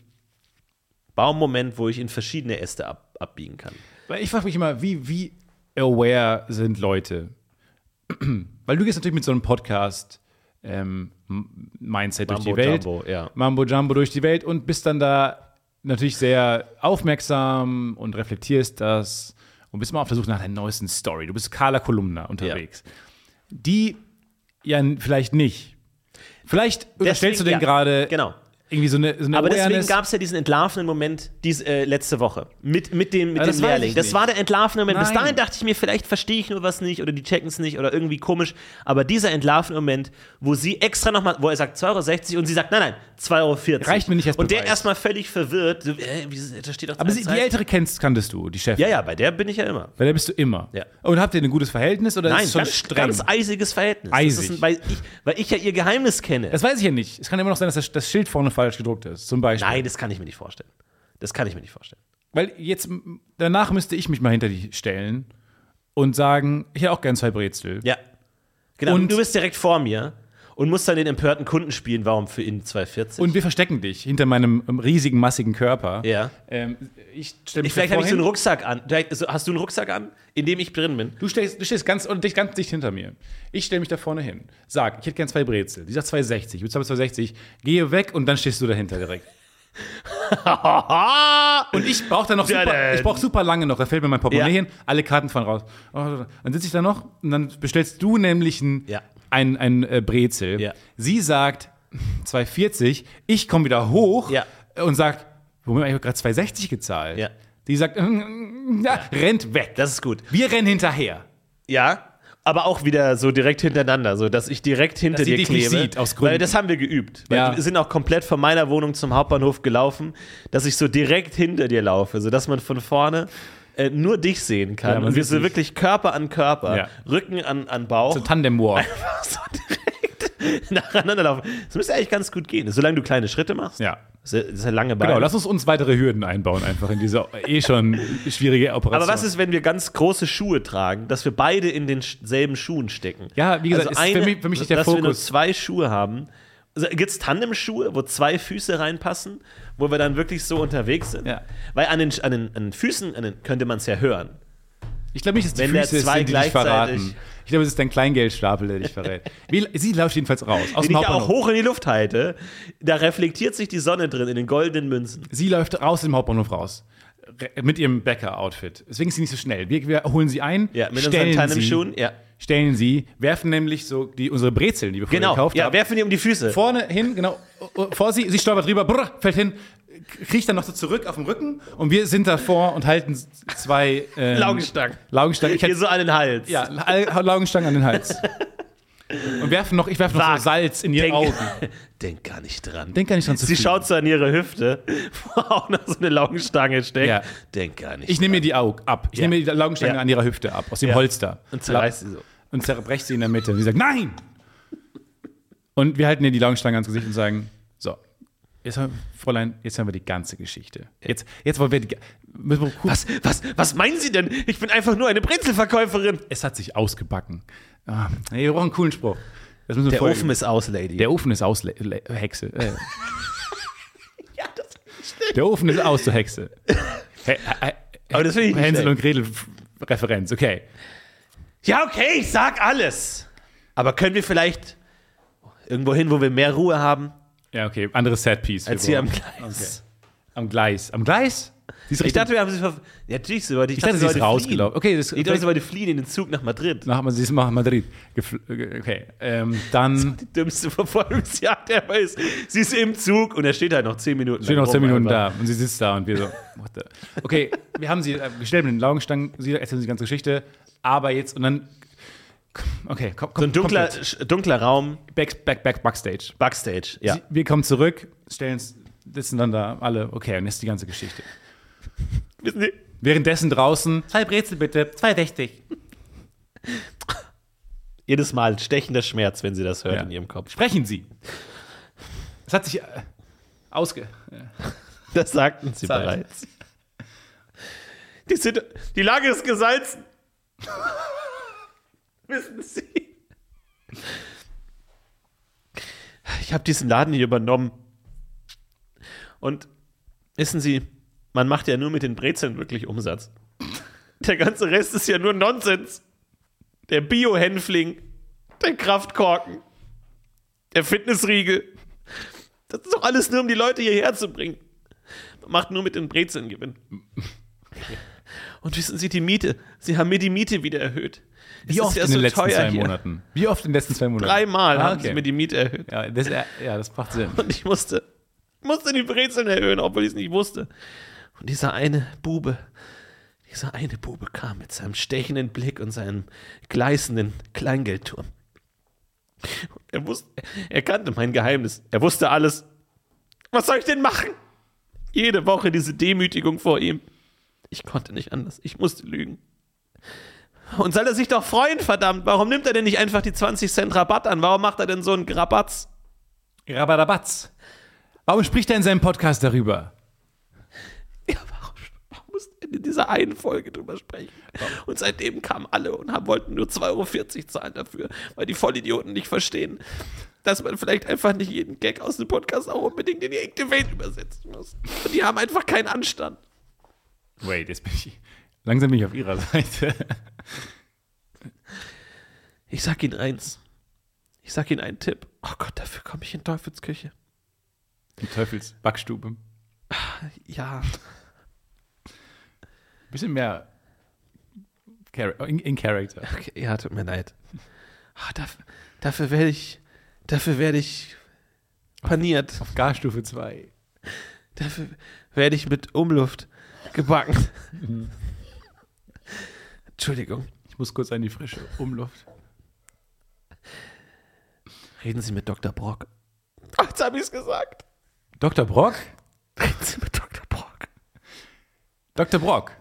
Speaker 1: Baummoment, wo ich in verschiedene Äste ab, abbiegen kann.
Speaker 2: Weil ich frage mich immer, wie, wie aware sind Leute? Weil du gehst natürlich mit so einem Podcast ähm, M- Mindset durch
Speaker 1: Mambo
Speaker 2: die Welt.
Speaker 1: Jumbo, ja.
Speaker 2: Mambo Jumbo durch die Welt und bist dann da natürlich sehr aufmerksam und reflektierst das und bist mal auf der Suche nach der neuesten Story. Du bist Carla Kolumna unterwegs. Die ja n- vielleicht nicht. Vielleicht unterstellst du denen
Speaker 1: ja,
Speaker 2: gerade
Speaker 1: Genau.
Speaker 2: irgendwie so eine, so eine
Speaker 1: Aber deswegen
Speaker 2: Awareness.
Speaker 1: gab es ja diesen entlarvenden Moment dies, äh, letzte Woche mit, mit dem, mit
Speaker 2: Aber
Speaker 1: dem
Speaker 2: das weiß
Speaker 1: Lehrling.
Speaker 2: ich
Speaker 1: Das
Speaker 2: nicht.
Speaker 1: war der entlarvende Moment. Bis
Speaker 2: Nein.
Speaker 1: dahin dachte ich mir, vielleicht verstehe ich nur was nicht oder die checken es nicht oder irgendwie komisch. Aber dieser entlarvende Moment, wo sie extra nochmal, wo er sagt 2,60 Euro und sie sagt, nein, nein, 2,40 Euro.
Speaker 2: Reicht mir nicht als
Speaker 1: Und der
Speaker 2: Beweis.
Speaker 1: erstmal völlig verwirrt. So, äh, wie, da steht doch
Speaker 2: Aber sie, die
Speaker 1: 2,60.
Speaker 2: Ältere kennst, kanntest du, die Chefin.
Speaker 1: Ja, ja, bei der bin ich ja immer.
Speaker 2: Weil da bist du immer. Oh,
Speaker 1: Ja.
Speaker 2: Und habt ihr ein gutes Verhältnis oder ist
Speaker 1: Nein,
Speaker 2: es schon
Speaker 1: ganz,
Speaker 2: streng?
Speaker 1: ganz eisiges Verhältnis. Das
Speaker 2: Eisig.
Speaker 1: ist ein, weil, ich, weil ich ja ihr Geheimnis kenne.
Speaker 2: das weiß ich ja nicht. Es kann immer noch sein, dass das, das Schild vorne falsch gedruckt ist, zum Beispiel.
Speaker 1: nein, das kann ich mir nicht vorstellen. Das kann ich mir nicht vorstellen.
Speaker 2: Weil jetzt, m- danach müsste ich mich mal hinter die stellen und sagen, ich hätte auch gern zwei Brezel.
Speaker 1: Ja. Genau. Und
Speaker 2: Und-
Speaker 1: du bist direkt vor mir und musst dann den empörten Kunden spielen, warum für ihn 240?
Speaker 2: Und wir verstecken dich hinter meinem ähm, riesigen, massigen Körper.
Speaker 1: ja.
Speaker 2: Ähm, ich stell mich
Speaker 1: Ich, vielleicht habe ich so einen
Speaker 2: vorhin-
Speaker 1: Rucksack an. Vielleicht, so, hast du einen Rucksack an, in dem ich drin bin?
Speaker 2: Du stehst, du stehst ganz, und dich ganz dicht hinter mir. Ich stelle mich da vorne hin. Sag, ich hätte gern zwei Brezel. Die sagt 260. Ich bezahle 260. Gehe weg und dann stehst du dahinter direkt. Ah! Und ich brauche dann noch
Speaker 1: Ja,
Speaker 2: super,
Speaker 1: dann.
Speaker 2: ich brauch super lange noch. Da fällt mir mein Portemonnaie
Speaker 1: Ja.
Speaker 2: hin, alle Karten fahren raus. Oh, Dann sitze ich da noch und dann bestellst du nämlich ein,
Speaker 1: Ja.
Speaker 2: ein, ein äh, Brezel.
Speaker 1: Ja.
Speaker 2: Sie sagt 240, ich komme wieder hoch
Speaker 1: Ja.
Speaker 2: und sagt, Moment, ich habe gerade 260 gezahlt.
Speaker 1: Ja.
Speaker 2: Die sagt, "Mm, ja, rennt weg.
Speaker 1: das ist gut.
Speaker 2: Wir rennen hinterher.
Speaker 1: Ja. Aber auch wieder so direkt hintereinander, so dass ich direkt hinter
Speaker 2: Dass sie
Speaker 1: dir
Speaker 2: dich
Speaker 1: klebe.
Speaker 2: nicht sieht, aus Gründen.
Speaker 1: weil das haben wir geübt.
Speaker 2: Ja.
Speaker 1: Weil wir sind auch komplett von meiner Wohnung zum Hauptbahnhof gelaufen, dass ich so direkt hinter dir laufe, sodass man von vorne äh, nur dich sehen
Speaker 2: Ja,
Speaker 1: kann.
Speaker 2: man
Speaker 1: Und wir
Speaker 2: sieht
Speaker 1: sind
Speaker 2: dich.
Speaker 1: wirklich Körper an Körper,
Speaker 2: Ja.
Speaker 1: Rücken an, an Bauch.
Speaker 2: So Tandem-Walk.
Speaker 1: so direkt nacheinander laufen. Das müsste eigentlich ganz gut gehen, solange du kleine Schritte machst.
Speaker 2: Ja.
Speaker 1: Das ist ja- das ist ja lange Beine.
Speaker 2: Genau, lass uns uns weitere Hürden einbauen, einfach in diese eh schon schwierige Operation.
Speaker 1: aber was ist, wenn wir ganz große Schuhe tragen, dass wir beide in denselben Schuhen stecken?
Speaker 2: Ja, wie gesagt,
Speaker 1: Also
Speaker 2: ist für
Speaker 1: eine-
Speaker 2: mich- für mich nicht der
Speaker 1: dass wir nur
Speaker 2: Fokus.
Speaker 1: zwei Schuhe haben. Also, Gibt es Tandemschuhe, wo zwei Füße reinpassen, wo wir dann wirklich so unterwegs sind?
Speaker 2: Ja.
Speaker 1: Weil an den, an den, an den Füßen an den, könnte man es ja hören.
Speaker 2: Ich glaube nicht, dass die
Speaker 1: Wenn der
Speaker 2: Füße es
Speaker 1: zwei
Speaker 2: sind, die dich
Speaker 1: gleichzeitig-
Speaker 2: verraten. Ich glaube, es ist dein Kleingeldstapel, der dich verrät. Wie, sie läuft jedenfalls raus. Aus
Speaker 1: Den
Speaker 2: dem
Speaker 1: ich ja auch
Speaker 2: Hauptbahnhof.
Speaker 1: hoch in die Luft halte, da reflektiert sich die Sonne drin in den goldenen Münzen.
Speaker 2: Sie läuft raus dem Hauptbahnhof raus. Re- Mit ihrem Bäcker-Outfit. Deswegen ist sie nicht so schnell. Wir, wir holen sie ein,
Speaker 1: Ja, mit unseren
Speaker 2: stellen,
Speaker 1: kleinen
Speaker 2: sie,
Speaker 1: Schuhen. Ja.
Speaker 2: stellen sie, werfen nämlich so die, unsere Brezeln, die wir vorher
Speaker 1: Genau.
Speaker 2: gekauft
Speaker 1: Ja,
Speaker 2: haben,
Speaker 1: werfen die um die Füße.
Speaker 2: vorne hin, genau, uh, uh, vor sie, sie stolpert rüber, brr, fällt hin, kriecht dann noch so zurück auf dem Rücken und wir sind davor und halten s- zwei ähm,
Speaker 1: Laugenstangen.
Speaker 2: Laugenstangen. Ich
Speaker 1: Hier
Speaker 2: hätte,
Speaker 1: so an den Hals.
Speaker 2: ja, La- Laugenstangen an den Hals. und werfen noch, ich werfe noch
Speaker 1: Wag.
Speaker 2: so Salz in ihre
Speaker 1: Denk,
Speaker 2: Augen.
Speaker 1: denk gar nicht dran.
Speaker 2: Denk gar nicht dran zu
Speaker 1: Sie
Speaker 2: fliegen.
Speaker 1: schaut so an ihre Hüfte, wo auch noch so eine Laugenstange steckt.
Speaker 2: Ja.
Speaker 1: Denk gar nicht
Speaker 2: Ich nehme mir die Augen ab. Ich
Speaker 1: Ja.
Speaker 2: nehme mir die Laugenstange
Speaker 1: Ja.
Speaker 2: an ihrer Hüfte ab, aus dem
Speaker 1: Ja.
Speaker 2: Holster.
Speaker 1: Und zerreißt sie so.
Speaker 2: und zerbrecht sie in der Mitte. Und sie sagt, nein! Und wir halten ihr die Laugenstange ans Gesicht und sagen, so, jetzt haben, Fräulein, jetzt haben wir die ganze Geschichte. Jetzt, jetzt wollen wir die. ga- Müssen wir
Speaker 1: Was, was, was meinen Sie denn? Ich bin einfach nur eine Brezelverkäuferin.
Speaker 2: Es hat sich ausgebacken. Ah, nee, wir brauchen einen coolen Spruch. Das müssen wir
Speaker 1: Der
Speaker 2: folgen.
Speaker 1: Ofen ist aus, Lady.
Speaker 2: der Ofen ist aus, Le- Le- Hexe. Äh,
Speaker 1: ja, das
Speaker 2: der Ofen ist aus, du Hexe. He, he,
Speaker 1: Aber das finde ich nicht
Speaker 2: Hänsel
Speaker 1: schlecht.
Speaker 2: und Gretel F- Referenz, okay.
Speaker 1: ja, okay, ich sag alles. Aber können wir vielleicht irgendwo hin, wo wir mehr Ruhe haben,
Speaker 2: Ja, okay, anderes Setpiece.
Speaker 1: als
Speaker 2: Wir
Speaker 1: hier am
Speaker 2: brauchen-
Speaker 1: Gleis?
Speaker 2: am Gleis. Am Gleis? Sie ist
Speaker 1: Ich
Speaker 2: Richtung-
Speaker 1: dachte, wir haben sie ver... Ja, natürlich, sie wollte, ich,
Speaker 2: ich dachte, sie ist
Speaker 1: wollte fliehen.
Speaker 2: rausgelaufen. Okay, das,
Speaker 1: Ich dachte, sie wollte fliehen in den Zug nach Madrid.
Speaker 2: Nach sie ist nach Madrid. gefl- äh, Okay, ähm, dann
Speaker 1: Die dümmste Verfolgungsjagd der ist. Sie ist im Zug und er steht halt noch 10 Minuten.
Speaker 2: sind
Speaker 1: lang
Speaker 2: noch zehn
Speaker 1: rum
Speaker 2: Minuten
Speaker 1: einfach.
Speaker 2: da und sie sitzt da und wir so, what the? Okay, wir haben sie äh, gestellt mit den Laugenstangen, sie erzählt uns die ganze Geschichte, aber jetzt und dann, okay, komm, komm,
Speaker 1: So ein dunkler,
Speaker 2: komplett.
Speaker 1: sch- dunkler Raum,
Speaker 2: back, back, back, Backstage.
Speaker 1: Backstage. Ja.
Speaker 2: Sie, wir kommen zurück, stellen uns, sitzen dann da alle, okay, und jetzt die ganze Geschichte.
Speaker 1: Wissen Sie,
Speaker 2: Währenddessen draußen, zwei Brezel bitte, 260.
Speaker 1: jedes Mal stechender Schmerz, wenn sie das hört
Speaker 2: Ja.
Speaker 1: in ihrem Kopf.
Speaker 2: Sprechen Sie. Es hat sich äh, ausge... Äh,
Speaker 1: Das sagten sie
Speaker 2: Zeit.
Speaker 1: bereits. Die, Situ- die Lage ist gesalzen. Wissen Sie? Ich habe diesen Laden hier übernommen. Und wissen Sie, man macht ja nur mit den Brezeln wirklich Umsatz. Der ganze Rest ist ja nur Nonsens. Der Bio-Hänfling, der Kraftkorken, der Fitnessriegel. Das ist doch alles nur, um die Leute hierher zu bringen macht nur mit den Brezeln Gewinn. Und wissen Sie die Miete? Sie haben mir die Miete wieder erhöht. Es
Speaker 2: Wie
Speaker 1: ist
Speaker 2: oft
Speaker 1: ja
Speaker 2: in
Speaker 1: so
Speaker 2: den letzten
Speaker 1: teuer
Speaker 2: zwei
Speaker 1: hier.
Speaker 2: Monaten? Wie oft in den letzten zwei Monaten?
Speaker 1: Dreimal
Speaker 2: Ah,
Speaker 1: haben
Speaker 2: okay.
Speaker 1: sie mir die Miete erhöht.
Speaker 2: ja, das, äh, ja, das macht Sinn.
Speaker 1: Und ich musste, musste die Brezeln erhöhen, obwohl ich es nicht wusste. Und dieser eine Bube, dieser eine Bube kam mit seinem stechenden Blick und seinem gleißenden Kleingeldturm. Er wusste, er kannte mein Geheimnis. Er wusste alles. Was soll ich denn machen? Jede Woche diese Demütigung vor ihm. Ich konnte nicht anders. Ich musste lügen. Und soll er sich doch freuen, verdammt? Warum nimmt er denn nicht einfach die 20 Cent Rabatt an? Warum macht er denn so einen Grabatz?
Speaker 2: Rabadabatz. Warum spricht er in seinem Podcast darüber?
Speaker 1: Ja, warum, warum mussten wir in dieser einen Folge drüber sprechen? Und seitdem kamen alle und haben, wollten nur 2,40 Euro zahlen dafür, weil die Vollidioten nicht verstehen, dass man vielleicht einfach nicht jeden Gag aus dem Podcast auch unbedingt in die echte Welt übersetzen muss. Und die haben einfach keinen Anstand.
Speaker 2: Wait, jetzt bin ich. Langsam bin ich auf ihrer Seite.
Speaker 1: Ich sag ihnen eins. Ich sag ihnen einen Tipp. Oh Gott, dafür komme ich in Teufelsküche.
Speaker 2: Die Teufels Backstube.
Speaker 1: Ja.
Speaker 2: Bisschen mehr Char- äh, in, in Character.
Speaker 1: Okay, ja, tut mir leid. Ah, dafür, dafür werde ich. Dafür werde ich paniert.
Speaker 2: Auf Garstufe 2.
Speaker 1: Dafür werde ich mit Umluft gebacken. Entschuldigung.
Speaker 2: Ich muss kurz an die frische Umluft.
Speaker 1: Reden Sie mit Dr. Brock. Ach, jetzt habe ich es gesagt.
Speaker 2: Dr. Brock?
Speaker 1: Reden Sie mit Dr. Brock.
Speaker 2: Dr. Brock.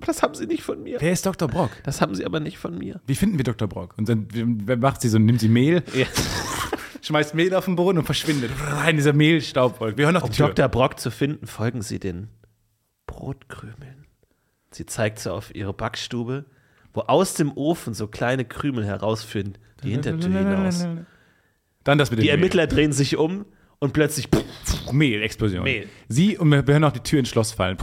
Speaker 1: Das haben Sie nicht von mir.
Speaker 2: Wer ist Dr. Brock?
Speaker 1: Das haben Sie aber nicht von mir.
Speaker 2: Wie finden wir Dr. Brock? Und dann wer macht sie so, nimmt sie Mehl, schmeißt Mehl auf den Boden und verschwindet. In dieser Mehlstaubwolke. Wir hören noch
Speaker 1: Um
Speaker 2: die Tür.
Speaker 1: Dr. Brock zu finden, folgen Sie den Brotkrümeln. Sie zeigt so auf ihre Backstube, wo aus dem Ofen so kleine Krümel herausführen, die Hintertür hinaus.
Speaker 2: Dann das mit dem
Speaker 1: Die
Speaker 2: Mehl.
Speaker 1: Ermittler drehen sich um und plötzlich.
Speaker 2: Mehlexplosion.
Speaker 1: Mehl.
Speaker 2: Sie und wir wir hören auch die Tür ins Schloss fallen.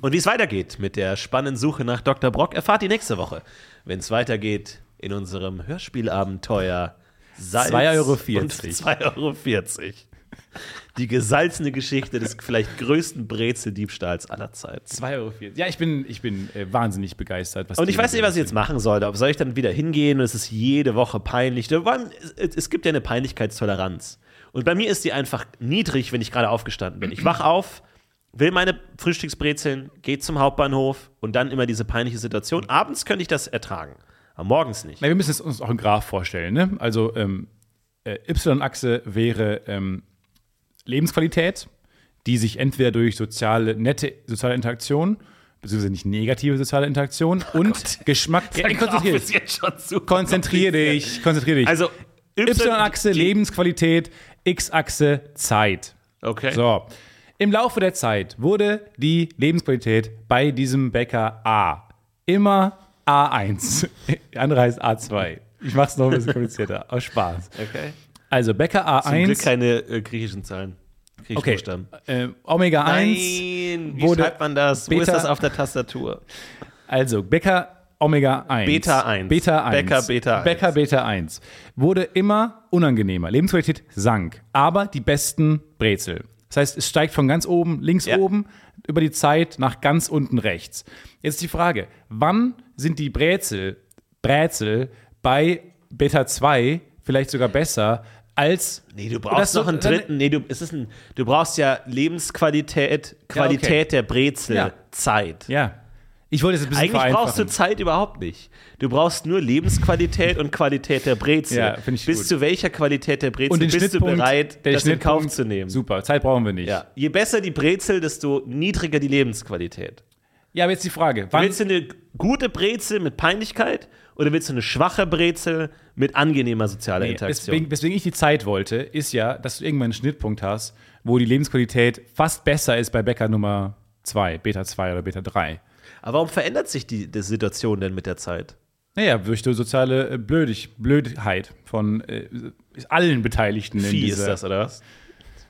Speaker 1: Und wie es weitergeht mit der spannenden Suche nach Dr. Brock, erfahrt ihr nächste Woche, wenn es weitergeht in unserem Hörspielabenteuer Salz
Speaker 2: 2,40 Euro.
Speaker 1: und 2,40 Euro. Die gesalzene Geschichte des vielleicht größten Brezeldiebstahls aller Zeiten.
Speaker 2: 2,40 Euro. Ja, ich bin, ich bin äh, wahnsinnig begeistert. Was
Speaker 1: Und ich
Speaker 2: die-
Speaker 1: weiß nicht, was ich jetzt machen sollte. Ob soll ich dann wieder hingehen? Und es ist jede Woche peinlich. Da war- Es es gibt ja eine Peinlichkeitstoleranz. Und bei mir ist die einfach niedrig, wenn ich gerade aufgestanden bin. Ich wach auf, will meine Frühstücksbrezeln, gehe zum Hauptbahnhof und dann immer diese peinliche Situation. Abends könnte ich das ertragen, aber morgens nicht.
Speaker 2: Na, wir müssen jetzt uns auch einen Graph vorstellen. Ne? Also ähm, äh, Y-Achse wäre ähm, Lebensqualität, die sich entweder durch soziale, nette soziale Interaktion, beziehungsweise nicht negative soziale Interaktion
Speaker 1: Oh
Speaker 2: und Geschmack. Ja, konzentrier dich.
Speaker 1: jetzt schon zu
Speaker 2: Konzentrier
Speaker 1: kompliziert.
Speaker 2: dich. Konzentrier dich.
Speaker 1: Also
Speaker 2: Y-Achse
Speaker 1: die-
Speaker 2: Lebensqualität, X-Achse Zeit.
Speaker 1: Okay.
Speaker 2: So. Im Laufe der Zeit wurde die Lebensqualität bei diesem Bäcker A immer A1. Der andere heißt A2. Ich mach's noch ein bisschen komplizierter. Aus Spaß.
Speaker 1: Okay.
Speaker 2: Also Bäcker
Speaker 1: Zum Glück
Speaker 2: A1.
Speaker 1: keine äh, griechischen Zahlen. Griechischen
Speaker 2: Okay.
Speaker 1: Buchstaben.
Speaker 2: Äh, Omega 1.
Speaker 1: Nein, wie
Speaker 2: wurde
Speaker 1: schreibt man das? Wo ist
Speaker 2: Beta-
Speaker 1: das auf der Tastatur?
Speaker 2: Also Bäcker Omega 1.
Speaker 1: Beta 1.
Speaker 2: Beta 1.
Speaker 1: Bäcker Beta 1.
Speaker 2: Bäcker Beta 1. Wurde immer unangenehmer. Lebensqualität sank. Aber die besten Brezel. Das heißt, es steigt von ganz oben, links
Speaker 1: Ja.
Speaker 2: oben, über die Zeit nach ganz unten rechts. Jetzt ist die Frage, wann sind die Brezel, Brezel bei Beta 2 vielleicht sogar besser als.
Speaker 1: Nee, du
Speaker 2: Das
Speaker 1: brauchst
Speaker 2: so-
Speaker 1: noch einen
Speaker 2: dann-
Speaker 1: dritten. Nee, du, es ist ein, du brauchst ja Lebensqualität, Qualität
Speaker 2: okay.
Speaker 1: der Brezel,
Speaker 2: Ja.
Speaker 1: Zeit.
Speaker 2: Ja. Ich wollte es ein bisschen
Speaker 1: Eigentlich brauchst du
Speaker 2: vereinfachen.
Speaker 1: Zeit überhaupt nicht. Du brauchst nur Lebensqualität und Qualität der Brezel.
Speaker 2: Ja, finde ich
Speaker 1: Bis
Speaker 2: gut.
Speaker 1: zu welcher Qualität der Brezel
Speaker 2: Und den
Speaker 1: bist du
Speaker 2: Schnittpunkt-
Speaker 1: bereit,
Speaker 2: der
Speaker 1: das in Kauf
Speaker 2: Schnittpunkt-
Speaker 1: zu nehmen?
Speaker 2: Super, Zeit brauchen wir nicht.
Speaker 1: Ja. Je besser die Brezel, desto niedriger die Lebensqualität.
Speaker 2: ja aber jetzt die Frage, wann
Speaker 1: Willst du eine gute Brezel mit Peinlichkeit oder willst du eine schwache Brezel mit angenehmer sozialer
Speaker 2: Nee,
Speaker 1: Interaktion?
Speaker 2: Deswegen, deswegen ich die Zeit wollte, ist ja, dass du irgendwann einen Schnittpunkt hast, wo die Lebensqualität fast besser ist bei Bäcker Nummer 2, Beta 2 oder Beta 3.
Speaker 1: Aber warum verändert sich die, die Situation denn mit der Zeit?
Speaker 2: Naja, durch die soziale äh, Blödig, Blödheit von äh, allen Beteiligten in
Speaker 1: Vieh
Speaker 2: dieser.
Speaker 1: ist das, oder was?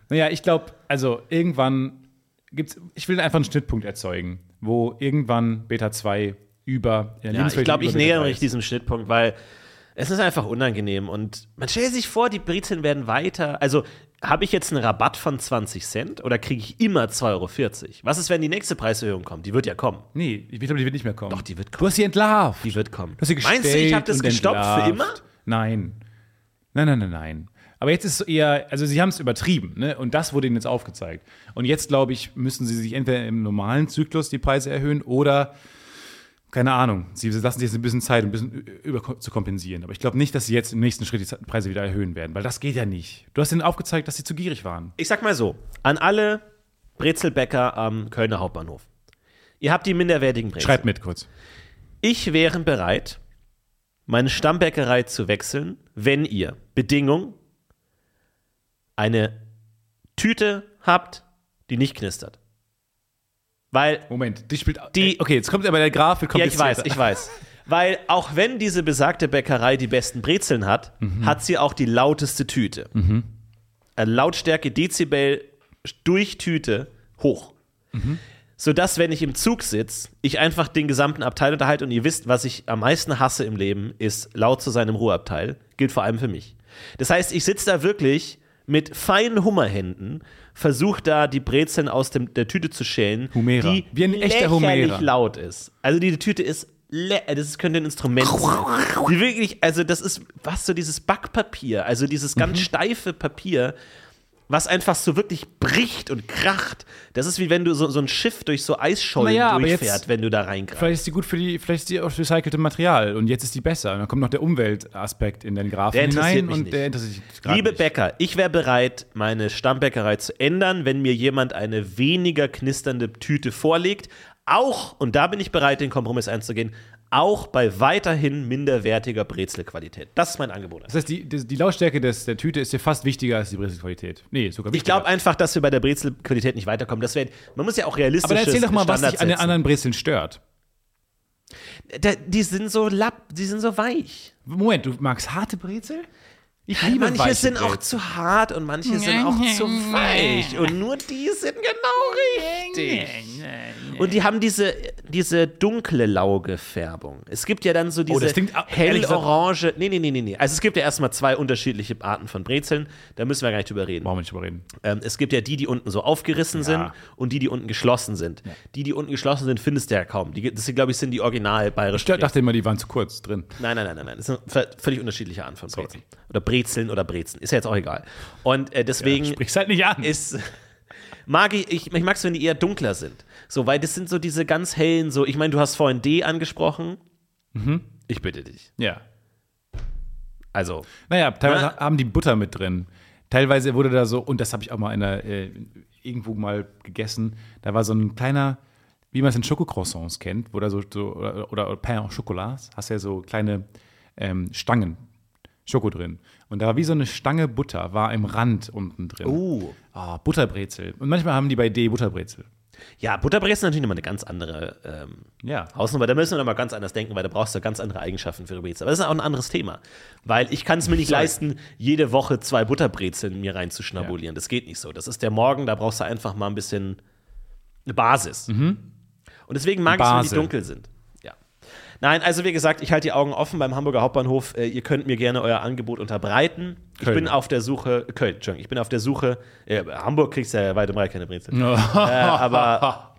Speaker 2: Naja, ich glaube, also irgendwann gibt's. Ich will einfach einen Schnittpunkt erzeugen, wo irgendwann Beta 2 über in der
Speaker 1: Ja, ich
Speaker 2: Lebensqualität
Speaker 1: glaube, ich
Speaker 2: über Beta
Speaker 1: nähere
Speaker 2: 3
Speaker 1: mich diesem Schnittpunkt, weil es ist einfach unangenehm. Und man stellt sich vor, die Brezeln werden weiter. Also habe ich jetzt einen Rabatt von 20 Cent oder kriege ich immer 2,40 Euro? Was ist, wenn die nächste Preiserhöhung kommt? Die wird ja kommen.
Speaker 2: Nee, ich glaube, die wird nicht mehr kommen.
Speaker 1: Doch, die wird
Speaker 2: Du hast sie entlarvt.
Speaker 1: Die wird kommen.
Speaker 2: Du hast sie gestellt
Speaker 1: Meinst du, ich habe das
Speaker 2: und
Speaker 1: gestoppt für
Speaker 2: entlarvt.
Speaker 1: immer?
Speaker 2: Nein. Nein, nein, nein, nein. Aber jetzt ist es eher, also sie haben es übertrieben, ne? Und das wurde ihnen jetzt aufgezeigt. Und jetzt, glaube ich, müssen sie sich entweder im normalen Zyklus die Preise erhöhen oder, keine Ahnung, sie lassen sich jetzt ein bisschen Zeit, ein bisschen über zu kompensieren. Aber ich glaube nicht, dass sie jetzt im nächsten Schritt die Ze- Preise wieder erhöhen werden, weil das geht ja nicht. Du hast ihnen aufgezeigt, dass sie zu gierig waren.
Speaker 1: Ich sag mal so: An alle Brezelbäcker am Kölner Hauptbahnhof. Ihr habt die minderwertigen Brezeln.
Speaker 2: Schreib mit kurz.
Speaker 1: Ich wäre bereit, meine Stammbäckerei zu wechseln, wenn ihr Bedingung eine Tüte habt, die nicht knistert. Weil,
Speaker 2: Moment, die spielt.
Speaker 1: Die-
Speaker 2: Die, okay, jetzt kommt aber der Graf wird
Speaker 1: ja, ich
Speaker 2: komplizierter.
Speaker 1: weiß, ich weiß. Weil auch wenn diese besagte Bäckerei die besten Brezeln hat, hat sie auch die lauteste Tüte. Äh, Lautstärke Dezibel durch Tüte hoch. Sodass, wenn ich im Zug sitze, ich einfach den gesamten Abteil unterhalte und ihr wisst, was ich am meisten hasse im Leben, ist laut zu sein im Ruheabteil. Gilt vor allem für mich. Das heißt, ich sitze da wirklich mit feinen Hummerhänden, versuche da die Brezeln aus dem, der Tüte zu schälen,
Speaker 2: Humera.
Speaker 1: die
Speaker 2: Wie ein echter
Speaker 1: lächerlich
Speaker 2: Humera.
Speaker 1: laut ist. Also die Tüte ist le das ist- könnte ein Instrument sein. Die wirklich, also das ist was so dieses Backpapier, also dieses ganz
Speaker 2: Mhm.
Speaker 1: steife Papier, was einfach so wirklich bricht und kracht. Das ist wie wenn du so, so ein Schiff durch so Eisschollen
Speaker 2: Naja, aber
Speaker 1: durchfährt,
Speaker 2: jetzt-
Speaker 1: wenn du da reingreifst.
Speaker 2: Vielleicht ist die gut für die, vielleicht ist die aus recyceltem Material und jetzt ist die besser. Und dann kommt noch der Umweltaspekt in den Graphen
Speaker 1: Der interessiert
Speaker 2: hinein
Speaker 1: mich
Speaker 2: und
Speaker 1: nicht.
Speaker 2: der interessiert sich gerade
Speaker 1: Liebe
Speaker 2: nicht.
Speaker 1: Bäcker, ich wäre bereit, meine Stammbäckerei zu ändern, wenn mir jemand eine weniger knisternde Tüte vorlegt. Auch, und da bin ich bereit, den Kompromiss einzugehen, auch bei weiterhin minderwertiger Brezelqualität. Das ist mein Angebot.
Speaker 2: Das heißt, die, die, die Lautstärke des, der Tüte ist dir fast wichtiger als die Brezelqualität. Nee, sogar
Speaker 1: Ich
Speaker 2: wichtiger.
Speaker 1: glaube einfach, dass wir bei der Brezelqualität nicht weiterkommen. Das wär, man muss ja auch realistisch
Speaker 2: Genau. aber dann erzähl doch mal, was dich an den
Speaker 1: anderen.
Speaker 2: anderen Brezeln stört.
Speaker 1: Die sind so lapp, die sind so weich.
Speaker 2: Moment, du magst harte Brezel? Ich liebe
Speaker 1: manche
Speaker 2: weiche
Speaker 1: sind auch
Speaker 2: Brezel.
Speaker 1: zu hart und manche sind auch zu weich. Und nur die sind genau richtig. Und die haben diese, diese dunkle lauge Färbung. Es gibt ja dann so diese
Speaker 2: Oh, das klingt, ehrlich gesagt-
Speaker 1: hellorange. Nee, nee, nee, nee, nee. Also es gibt ja erstmal zwei unterschiedliche Arten von Brezeln. Da müssen wir gar nicht drüber reden.
Speaker 2: Brauchen wir nicht drüber reden.
Speaker 1: Ähm, es gibt ja die, die unten so aufgerissen sind und die, die unten geschlossen sind. Die, die unten geschlossen sind, findest du ja kaum. Die, das, glaube ich, sind die original bayerischen.
Speaker 2: Ich dachte immer, die waren zu kurz drin.
Speaker 1: Nein, nein, nein, nein, nein. Das sind völ- völlig unterschiedliche Arten von Brezeln. Oder Brezeln oder Brezen. Ist ja jetzt auch egal. Und äh, deswegen
Speaker 2: Sprich's halt nicht an.
Speaker 1: ist. Mag ich, ich, ich mag es, wenn die eher dunkler sind. So, weil das sind so diese ganz hellen, so, ich meine, du hast vorhin D angesprochen. Ich bitte dich.
Speaker 2: Ja.
Speaker 1: Also,
Speaker 2: Naja, teilweise
Speaker 1: Na-
Speaker 2: haben die Butter mit drin. Teilweise wurde da so, und das habe ich auch mal in der, äh, irgendwo mal gegessen, da war so ein kleiner, wie man es in Schokocroissants kennt, wo da so, so oder, oder Pain au Chocolat, hast ja so kleine ähm, Stangen, Schoko drin. Und da war wie so eine Stange Butter, war im Rand unten drin.
Speaker 1: Uh.
Speaker 2: Ah, Butterbrezel. Und manchmal haben die bei D Butterbrezel.
Speaker 1: ja, Butterbrezel ist natürlich nochmal eine ganz andere ähm,
Speaker 2: Ja.
Speaker 1: Hausnummer. Da müssen wir nochmal ganz anders denken, weil da brauchst du ganz andere Eigenschaften für Brezel. Aber das ist auch ein anderes Thema. Weil ich kann es mir nicht leisten, jede Woche zwei Butterbrezeln mir reinzuschnabulieren. Das geht nicht so. Das ist der Morgen, da brauchst du einfach mal ein bisschen eine Basis. Und deswegen mag ich es, wenn die
Speaker 2: Basel.
Speaker 1: dunkel sind. Ja. Nein, also wie gesagt, ich halte die Augen offen beim Hamburger Hauptbahnhof. Äh, ihr könnt mir gerne euer Angebot unterbreiten. Ich
Speaker 2: Köln.
Speaker 1: bin auf der Suche, Köln, Entschuldigung, ich bin auf der Suche, äh, Hamburg kriegst ja weit und breit keine Brezel. äh, aber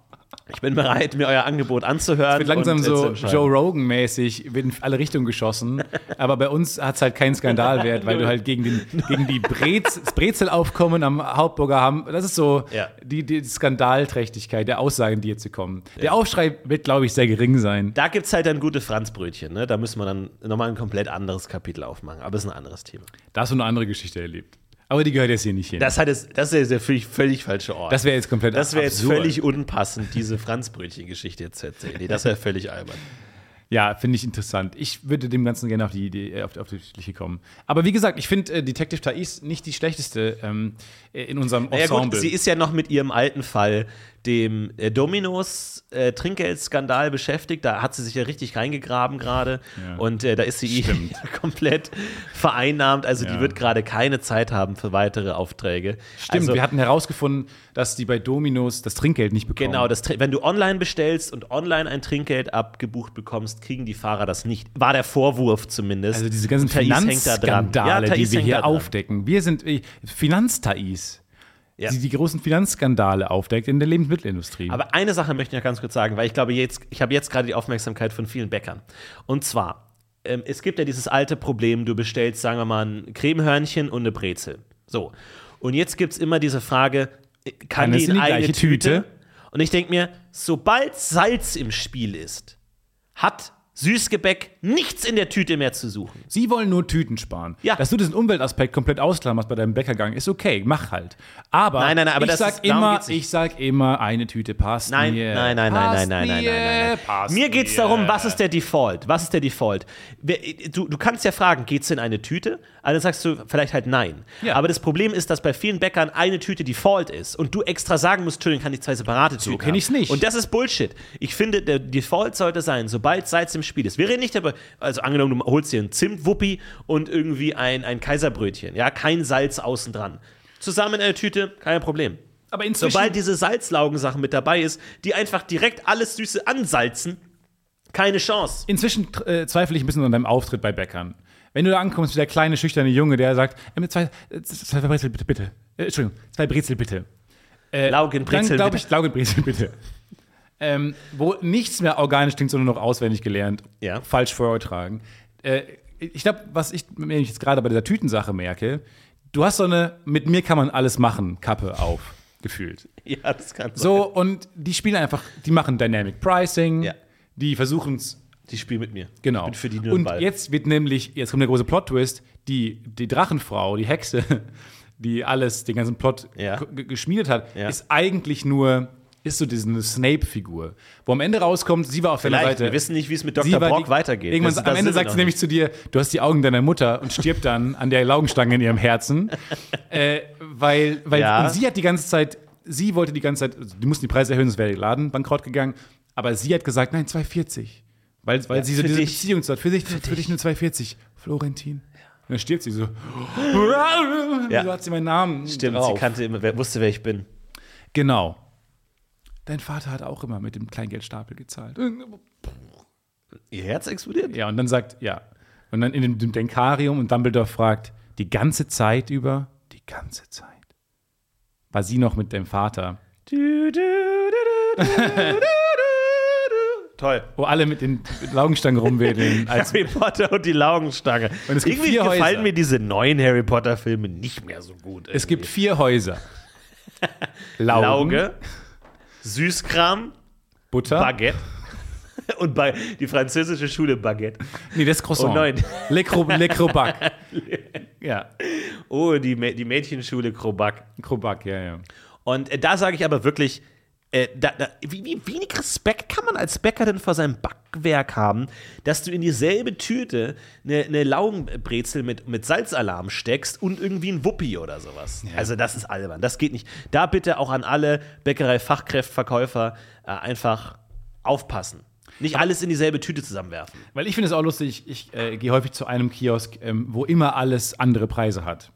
Speaker 1: ich bin bereit, mir euer Angebot anzuhören.
Speaker 2: Wird langsam
Speaker 1: und, äh, zu
Speaker 2: so
Speaker 1: entscheiden.
Speaker 2: Joe Rogan-mäßig, wird in alle Richtungen geschossen. aber bei uns hat es halt keinen Skandalwert, weil du halt gegen, den, gegen die Brez, das Brezelaufkommen am Hauptburger haben. Das ist so
Speaker 1: Ja.
Speaker 2: die, die Skandalträchtigkeit der Aussagen, die jetzt hier kommen. Der Aufschrei wird, glaube ich, sehr gering sein.
Speaker 1: Da gibt es halt dann gute Franzbrötchen. Ne? Da müssen wir dann nochmal ein komplett anderes Kapitel aufmachen. Aber es ist ein anderes Thema.
Speaker 2: Da hast du eine andere Geschichte erlebt. Aber die gehört jetzt hier nicht hin.
Speaker 1: Das, hat es, das ist der völlig, völlig falsche Ort.
Speaker 2: Das wäre jetzt komplett
Speaker 1: Das wäre jetzt
Speaker 2: absurd.
Speaker 1: völlig unpassend, diese Franzbrötchen-Geschichte jetzt zu erzählen. Nee, das wäre völlig albern.
Speaker 2: Ja, finde ich interessant. Ich würde dem Ganzen gerne auf die Idee, äh, auf, auf die Schliche kommen. Aber wie gesagt, ich finde äh, Detective Thais nicht die schlechteste ähm, äh, in unserem
Speaker 1: Ja
Speaker 2: Ensemble.
Speaker 1: gut, sie ist ja noch mit ihrem alten Fall, dem äh, Dominos äh, Trinkgeldskandal beschäftigt. Da hat sie sich ja richtig reingegraben gerade
Speaker 2: Ja.
Speaker 1: und äh, da ist sie
Speaker 2: Stimmt.
Speaker 1: komplett vereinnahmt. Also die
Speaker 2: Ja.
Speaker 1: wird gerade keine Zeit haben für weitere Aufträge.
Speaker 2: Stimmt,
Speaker 1: also,
Speaker 2: wir hatten herausgefunden, dass die bei Dominos das Trinkgeld nicht bekommen.
Speaker 1: Genau, das, Tri- wenn du online bestellst und online ein Trinkgeld abgebucht bekommst, kriegen die Fahrer das nicht. War der Vorwurf zumindest.
Speaker 2: also diese ganzen
Speaker 1: Und Thais hängt da dran.
Speaker 2: Finanzskandale,
Speaker 1: Ja, Thais
Speaker 2: die
Speaker 1: hängt
Speaker 2: wir
Speaker 1: da
Speaker 2: hier
Speaker 1: dran.
Speaker 2: aufdecken. Wir sind äh, Finanzthais,
Speaker 1: Ja.
Speaker 2: die die großen Finanzskandale aufdeckt in der Lebensmittelindustrie.
Speaker 1: Aber eine Sache möchte ich noch ganz kurz sagen, weil ich glaube, jetzt, ich habe jetzt gerade die Aufmerksamkeit von vielen Bäckern. Und zwar, ähm, es gibt ja dieses alte Problem, du bestellst, sagen wir mal, ein Cremehörnchen und eine Brezel. So. Und jetzt gibt es immer diese Frage, äh, kann,
Speaker 2: Kann
Speaker 1: die
Speaker 2: es
Speaker 1: in,
Speaker 2: in die
Speaker 1: eine
Speaker 2: gleiche
Speaker 1: Tüte?
Speaker 2: Tüte?
Speaker 1: Und ich denke mir, sobald Salz im Spiel ist, hat Süßgebäck nichts in der Tüte mehr zu suchen.
Speaker 2: Sie wollen nur Tüten sparen.
Speaker 1: Ja.
Speaker 2: Dass du diesen Umweltaspekt komplett ausklammerst bei deinem Bäckergang, ist okay, mach halt. Aber,
Speaker 1: Nein, nein, nein, aber
Speaker 2: ich,
Speaker 1: das
Speaker 2: sag
Speaker 1: ist- darum
Speaker 2: immer,
Speaker 1: geht's nicht.
Speaker 2: ich sag immer, eine Tüte passt
Speaker 1: Nein,
Speaker 2: mir.
Speaker 1: nein, nein, nein,
Speaker 2: passt
Speaker 1: nein, nein, nein, nein,
Speaker 2: mir,
Speaker 1: nein, nein.
Speaker 2: Passt
Speaker 1: Mir geht es
Speaker 2: mir.
Speaker 1: darum, was ist der Default? Was ist der Default? Wer- Du, du kannst ja fragen, geht es in eine Tüte? Also sagst du vielleicht halt nein.
Speaker 2: Ja.
Speaker 1: Aber das Problem ist, dass bei vielen Bäckern eine Tüte Default ist und du extra sagen musst, Entschuldigung, kann ich zwei separate Tüten. So
Speaker 2: kenn ich's nicht.
Speaker 1: Und das ist Bullshit. Ich finde, der Default sollte sein, sobald Salz im Spiel ist. Wir reden nicht darüber, also angenommen, du holst dir einen Zimtwuppi und irgendwie ein, ein Kaiserbrötchen. Ja, kein Salz außen dran. Zusammen in einer Tüte, kein Problem.
Speaker 2: Aber inzwischen,
Speaker 1: Sobald diese Salzlaugensachen mit dabei ist, die einfach direkt alles Süße ansalzen, keine Chance.
Speaker 2: Inzwischen äh, zweifle ich ein bisschen an deinem Auftritt bei Bäckern. Wenn du da ankommst wie der kleine, schüchterne Junge, der sagt, ähm, zwei, äh, zwei Brezel bitte, bitte. Äh, Entschuldigung, zwei Brezel bitte.
Speaker 1: Laugenbrezel.
Speaker 2: Dann glaube ich, Laugenbrezel bitte. ähm, wo nichts mehr organisch klingt, sondern noch auswendig gelernt.
Speaker 1: Ja.
Speaker 2: Falsch vortragen. Äh, ich glaube, was ich mir jetzt gerade bei dieser Tütensache merke, du hast so eine mit mir kann man alles machen Kappe auf, gefühlt.
Speaker 1: Ja, das kann sein.
Speaker 2: So, und die spielen einfach, die machen Dynamic Pricing,
Speaker 1: Ja.
Speaker 2: die versuchen es
Speaker 1: Die spielen mit mir.
Speaker 2: Genau.
Speaker 1: Ich bin für die nur ein
Speaker 2: und
Speaker 1: Ball.
Speaker 2: jetzt wird nämlich, jetzt kommt der große Plot-Twist, die, die Drachenfrau, die Hexe, die alles, den ganzen Plot
Speaker 1: Ja.
Speaker 2: g- g- geschmiedet hat,
Speaker 1: Ja.
Speaker 2: ist eigentlich nur, ist so diese Snape-Figur. Wo am Ende rauskommt, sie war auf deiner
Speaker 1: Vielleicht,
Speaker 2: Seite.
Speaker 1: wir wissen nicht, wie es mit
Speaker 2: Sie
Speaker 1: Dr.
Speaker 2: war
Speaker 1: Brock
Speaker 2: die-
Speaker 1: weitergeht.
Speaker 2: Irgendwann,
Speaker 1: Das- das
Speaker 2: am Ende
Speaker 1: sind wir
Speaker 2: sagt
Speaker 1: noch
Speaker 2: sie nämlich zu dir, du hast die Augen deiner Mutter und stirbt dann an der Laugenstange in ihrem Herzen. äh, weil, weil
Speaker 1: Ja.
Speaker 2: und sie hat die ganze Zeit, sie wollte die ganze Zeit, also die mussten die Preise erhöhen, sonst wäre der Laden bankrott gegangen. Aber sie hat gesagt, nein, 2,40. Weil, weil sie so
Speaker 1: für
Speaker 2: diese
Speaker 1: dich.
Speaker 2: Beziehung zu hat. Für dich, für, dich nur 2,40. Florentin. dann stirbt sie so.
Speaker 1: Ja.
Speaker 2: So hat sie meinen Namen.
Speaker 1: Stimmt,
Speaker 2: drauf.
Speaker 1: sie kannte immer, wer, wusste, wer ich bin.
Speaker 2: Genau. Dein Vater hat auch immer mit dem Kleingeldstapel gezahlt.
Speaker 1: Ihr Herz explodiert.
Speaker 2: Ja, und dann sagt, ja. Und dann in dem, dem Denkarium und Dumbledore fragt, die ganze Zeit über, die ganze Zeit, war sie noch mit deinem Vater.
Speaker 1: Du, du, du, du, du, du, du. Toll.
Speaker 2: Wo alle mit den Laugenstangen rumwedeln. Also, Als,
Speaker 1: Harry Potter und die Laugenstange.
Speaker 2: Und es gibt
Speaker 1: Irgendwie
Speaker 2: vier
Speaker 1: gefallen
Speaker 2: Häuser.
Speaker 1: mir diese neuen Harry Potter-Filme nicht mehr so gut.
Speaker 2: es gibt
Speaker 1: irgendwie.
Speaker 2: vier Häuser. Laugen,
Speaker 1: Lauge, Süßkram,
Speaker 2: Butter.
Speaker 1: Baguette. Und bei die französische Schule Baguette.
Speaker 2: Nee, das ist Croissant.
Speaker 1: Oh nein.
Speaker 2: Le, Cro, Le Crobac. ja,
Speaker 1: Oh, die, Mä- die Mädchenschule Krobak.
Speaker 2: Crobac, ja, ja.
Speaker 1: Und äh, da sage ich aber wirklich, äh, da, da, wie, wie wenig Respekt kann man als Bäcker denn vor seinem Backwerk haben, dass du in dieselbe Tüte eine, eine Laugenbrezel mit, mit Salzalarm steckst und irgendwie ein Wuppi oder sowas. Also das ist albern, das geht nicht. Da bitte auch an alle Bäckerei-Fachkräftverkäufer äh, einfach aufpassen. Nicht alles in dieselbe Tüte zusammenwerfen.
Speaker 2: Weil ich finde es auch lustig, ich äh, gehe häufig zu einem Kiosk, ähm, wo immer alles andere Preise hat.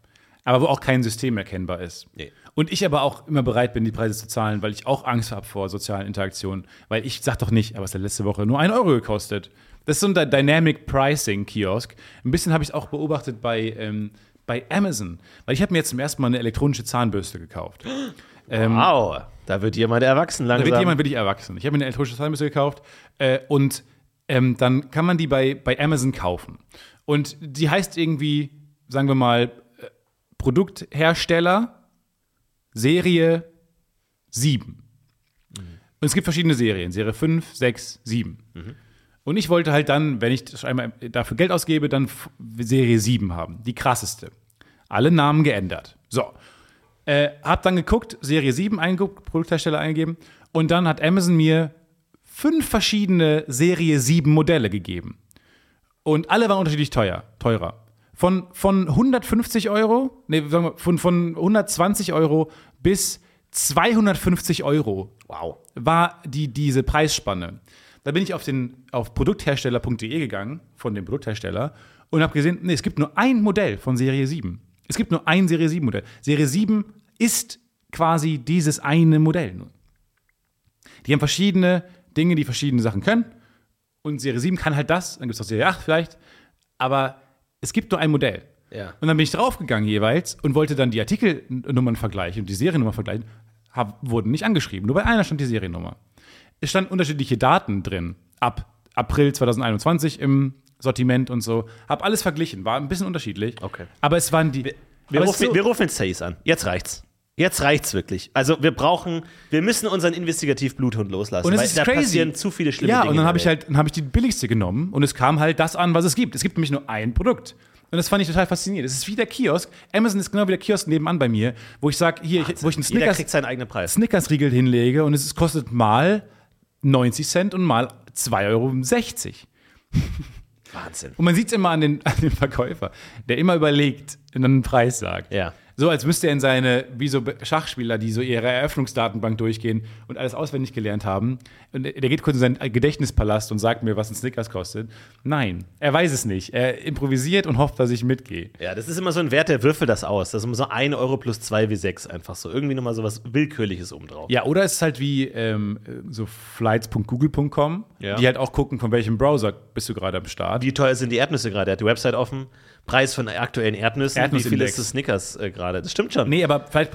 Speaker 2: Aber wo auch kein System erkennbar ist.
Speaker 1: Nee.
Speaker 2: Und ich aber auch immer bereit bin, die Preise zu zahlen, weil ich auch Angst habe vor sozialen Interaktionen. Weil ich sag doch nicht, aber es hat letzte Woche nur 1 Euro gekostet. Das ist so ein Dy- Dynamic Pricing Kiosk. Ein bisschen habe ich es auch beobachtet bei, ähm, bei Amazon. Weil ich habe mir jetzt zum ersten Mal eine elektronische Zahnbürste gekauft.
Speaker 1: wow, da wird jemand erwachsen langsam.
Speaker 2: Da wird jemand wirklich erwachsen. Ich habe mir eine elektronische Zahnbürste gekauft äh, und ähm, dann kann man die bei, bei Amazon kaufen. Und die heißt irgendwie, sagen wir mal, äh, Produkthersteller Serie 7. Und es gibt verschiedene Serien, Serie 5, 6, 7. Und ich wollte halt dann, wenn ich das einmal dafür Geld ausgebe, dann F- Serie 7 haben, die krasseste. Alle Namen geändert. So. Äh, hab dann geguckt, Serie 7 eingeguckt, Produkthersteller eingegeben und dann hat Amazon mir fünf verschiedene Serie 7 Modelle gegeben. Und alle waren unterschiedlich teuer, teurer. Von, von 150 Euro, nee, sagen wir, von, von 120 Euro bis 250 Euro
Speaker 1: wow.
Speaker 2: war die, diese Preisspanne. Da bin ich auf, den, auf produkthersteller.de E gegangen, von dem Produkthersteller, und habe gesehen, nee, es gibt nur ein Modell von Serie 7. Es gibt nur ein Serie 7 Modell. Serie 7 ist quasi dieses eine Modell. nur. Die haben verschiedene Dinge, die verschiedene Sachen können. Und Serie 7 kann halt das, dann gibt es auch Serie 8 vielleicht. Aber es gibt nur ein Modell.
Speaker 1: Ja.
Speaker 2: Und dann bin ich draufgegangen jeweils und wollte dann die Artikelnummern vergleichen und die Seriennummern vergleichen. Hab, wurden nicht angeschrieben. Nur bei einer stand die Seriennummer. Es standen unterschiedliche Daten drin. Ab April 2021 im Sortiment und so. Hab alles verglichen. War ein bisschen unterschiedlich.
Speaker 1: Okay.
Speaker 2: Aber es waren die.
Speaker 1: Wir
Speaker 2: aber es ist
Speaker 1: rufen,
Speaker 2: so-
Speaker 1: wir rufen jetzt Hayes an. Jetzt reicht's. Jetzt reicht's wirklich. Also wir brauchen, wir müssen unseren Investigativ-Bluthund loslassen.
Speaker 2: Und es
Speaker 1: weil
Speaker 2: ist
Speaker 1: da
Speaker 2: crazy.
Speaker 1: passieren zu viele schlimme
Speaker 2: ja,
Speaker 1: Dinge.
Speaker 2: und dann
Speaker 1: in
Speaker 2: habe
Speaker 1: der
Speaker 2: ich
Speaker 1: Welt.
Speaker 2: halt, dann habe ich die billigste genommen und es kam halt das an, was es gibt. Es gibt nämlich nur ein Produkt. Und das fand ich total faszinierend. Es ist wie der Kiosk. Amazon ist genau wie der Kiosk nebenan bei mir, wo ich sage, hier, ich, halt, wo ich einen
Speaker 1: Jeder
Speaker 2: Snickers,
Speaker 1: kriegt seinen eigenen Preis.
Speaker 2: Snickers-Riegel hinlege und es ist- kostet mal 90 Cent und mal 2,60 Euro.
Speaker 1: Wahnsinn.
Speaker 2: Und man sieht es immer an den, an den Verkäufer, der immer überlegt und dann einen Preis sagt.
Speaker 1: Ja.
Speaker 2: So, als müsste er in seine, wie so Be- Schachspieler, die so ihre Eröffnungsdatenbank durchgehen und alles auswendig gelernt haben. Und der der geht kurz in seinen Gedächtnispalast und sagt mir, was ein Snickers kostet. Nein, er weiß es nicht. Er improvisiert und hofft, dass ich mitgehe.
Speaker 1: Ja, das ist immer so ein Wert, der würfelt das aus. Das ist immer so 1 Euro plus 2 wie 6 einfach so. Irgendwie nochmal so was Willkürliches obendrauf.
Speaker 2: Ja, oder es ist halt wie ähm, so flights.google.com,
Speaker 1: Ja.
Speaker 2: die halt auch gucken, von welchem Browser bist du gerade am Start.
Speaker 1: Wie teuer sind die Erdnüsse gerade? Er hat die Website offen. Preis von aktuellen Erdnüssen. Wie viel
Speaker 2: Erdnussindex.
Speaker 1: ist das Snickers äh, gerade? Das stimmt schon.
Speaker 2: Nee, aber vielleicht,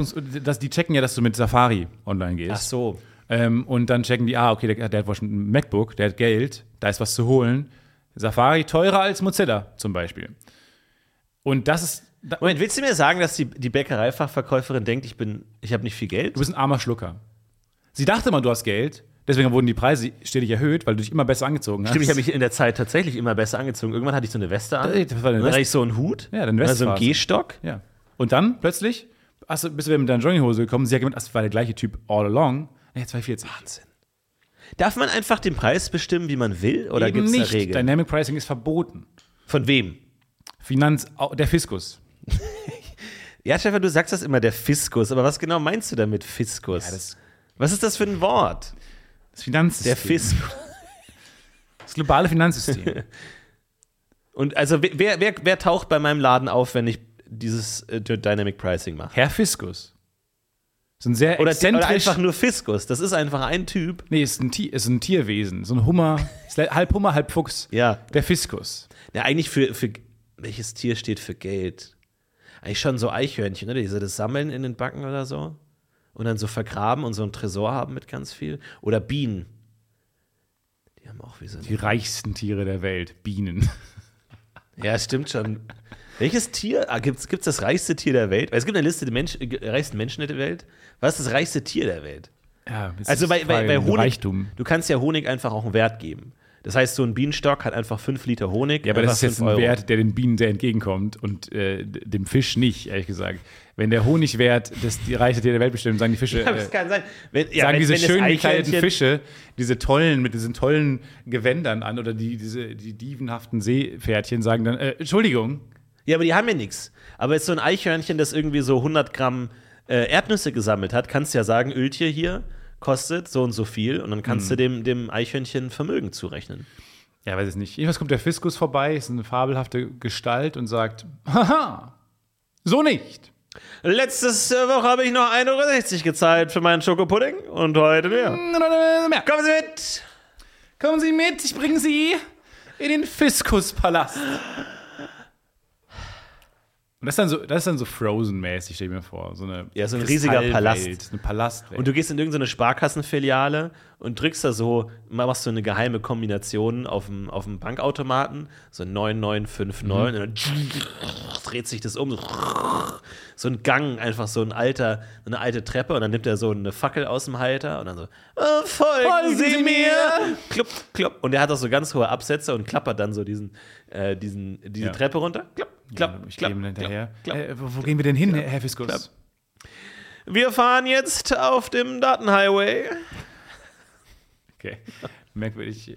Speaker 2: dass die checken ja, dass du mit Safari online gehst.
Speaker 1: Ach so.
Speaker 2: Ähm, und dann checken die, ah, okay, der, der hat wahrscheinlich ein MacBook, der hat Geld, da ist was zu holen. Safari teurer als Mozilla zum Beispiel. Und das ist, da, du
Speaker 1: Moment, willst du mir sagen, dass die, die Bäckereifachverkäuferin denkt, ich bin, ich habe nicht viel Geld?
Speaker 2: bist ein armer Schlucker. Sie dachte mal, du hast Geld, deswegen wurden die Preise stetig erhöht, weil du dich immer besser angezogen hast.
Speaker 1: Stimmt, ich habe mich in der Zeit tatsächlich immer besser angezogen. Irgendwann hatte ich so eine Weste an.
Speaker 2: Das war deine
Speaker 1: dann hatte
Speaker 2: West-
Speaker 1: ich so einen Hut.
Speaker 2: Ja, deine
Speaker 1: Also einen
Speaker 2: Westphase.
Speaker 1: Gehstock.
Speaker 2: Ja. Und dann plötzlich hast du, bist du wieder mit deiner Jogginghose gekommen, sie hat gemeint, das war der gleiche Typ all along. Ja, Jetzt war ich 40.
Speaker 1: Wahnsinn. Darf man einfach den Preis bestimmen, wie man will? Oder gibt es da Regeln?
Speaker 2: Dynamic Pricing ist verboten.
Speaker 1: Von wem?
Speaker 2: Finanz, au- der Fiskus.
Speaker 1: Ja, Stefan, du sagst das immer, der Fiskus. Aber was genau meinst du damit, Fiskus?
Speaker 2: das-
Speaker 1: was ist das für ein Wort?
Speaker 2: Das Finanzsystem.
Speaker 1: Der Fiskus.
Speaker 2: Das globale Finanzsystem.
Speaker 1: Und also wer, wer, wer taucht bei meinem Laden auf, wenn ich dieses äh, Dynamic Pricing mache?
Speaker 2: Herr Fiskus. So ein sehr
Speaker 1: Oder,
Speaker 2: exzentrisch.
Speaker 1: oder einfach nur Fiskus. Das ist einfach ein Typ.
Speaker 2: nee, ist ein, Tier, ist ein Tierwesen. So ein Hummer. Ist le- halb Hummer, halb Fuchs.
Speaker 1: Ja.
Speaker 2: Der Fiskus.
Speaker 1: Ja, eigentlich für, für welches Tier steht für Geld? Eigentlich schon so Eichhörnchen, oder? Die so das Sammeln in den Backen oder so. Und dann so vergraben und so einen Tresor haben mit ganz viel. Oder Bienen. Die haben auch wie so.
Speaker 2: Die reichsten Tiere der Welt. Bienen.
Speaker 1: Ja, stimmt schon. Welches Tier? Ah, gibt's, gibt's das reichste Tier der Welt? Weil Es gibt eine Liste der Mensch, äh, reichsten Menschen der Welt. Was ist das reichste Tier der Welt?
Speaker 2: Ja, das
Speaker 1: Also
Speaker 2: ist
Speaker 1: bei, bei,
Speaker 2: Frage
Speaker 1: bei
Speaker 2: mit
Speaker 1: Honig,
Speaker 2: Reichtum.
Speaker 1: du kannst ja Honig einfach auch einen Wert geben. Das heißt, so ein Bienenstock hat einfach 5 Liter Honig.
Speaker 2: Ja, aber
Speaker 1: einfach
Speaker 2: das ist jetzt ein
Speaker 1: fünf Euro.
Speaker 2: Wert, der den Bienen sehr entgegenkommt und äh, d- dem Fisch nicht, ehrlich gesagt. Wenn der Honigwert das die reichste Tier der Welt bestimmt, sagen die Fische.
Speaker 1: Ja, aber
Speaker 2: äh,
Speaker 1: das kann sein. Wenn, ja,
Speaker 2: sagen
Speaker 1: wenn,
Speaker 2: diese
Speaker 1: wenn das
Speaker 2: schön gekleideten
Speaker 1: Eichhörnchen-
Speaker 2: Fische, diese tollen, mit diesen tollen Gewändern an oder die, diese die dievenhaften Seepferdchen sagen dann, äh, Entschuldigung,
Speaker 1: Ja, aber die haben ja nichts. Aber ist so ein Eichhörnchen, das irgendwie so 100 Gramm äh, Erdnüsse gesammelt hat, kannst du ja sagen, Öltier hier kostet so und so viel und dann kannst du dem, dem Eichhörnchen Vermögen zurechnen.
Speaker 2: ja, weiß ich nicht. Jedenfalls kommt der Fiskus vorbei, ist eine fabelhafte Gestalt und sagt, haha, so nicht.
Speaker 1: Letztes äh, Woche habe ich noch 1,60 Euro gezahlt für meinen Schokopudding und heute mehr.
Speaker 2: Mehr.
Speaker 1: Kommen Sie mit!
Speaker 2: Kommen Sie mit, ich bringe Sie in den Fiskuspalast. Und das ist dann so, das ist dann so Frozen-mäßig, stell ich mir vor. So eine
Speaker 1: Ja, so ein riesiger
Speaker 2: Kristallwelt,
Speaker 1: Palast.
Speaker 2: Eine Palastwelt.
Speaker 1: Und du gehst in irgendeine Sparkassenfiliale und drückst da so, machst so eine geheime Kombination auf dem, auf dem Bankautomaten, so 9959 und
Speaker 2: Mhm.
Speaker 1: dann dreht sich das um. so So ein Gang, einfach so ein alter, eine alte Treppe und dann nimmt er so eine Fackel aus dem Halter und dann so, äh, folgen,
Speaker 2: Folgen
Speaker 1: Sie,
Speaker 2: Sie mir!
Speaker 1: mir! Klop, klop. Und er hat auch so ganz hohe Absätze und klappert dann so diesen, äh, diesen, diese
Speaker 2: Ja.
Speaker 1: Treppe runter. Klop, klop,
Speaker 2: ich
Speaker 1: klop,
Speaker 2: gehe ihm hinterher.
Speaker 1: klop, klop.
Speaker 2: Äh, wo, wo gehen wir denn hin, Herr Fiskus?
Speaker 1: Wir fahren jetzt auf dem Datenhighway.
Speaker 2: Okay. Merkwürdig.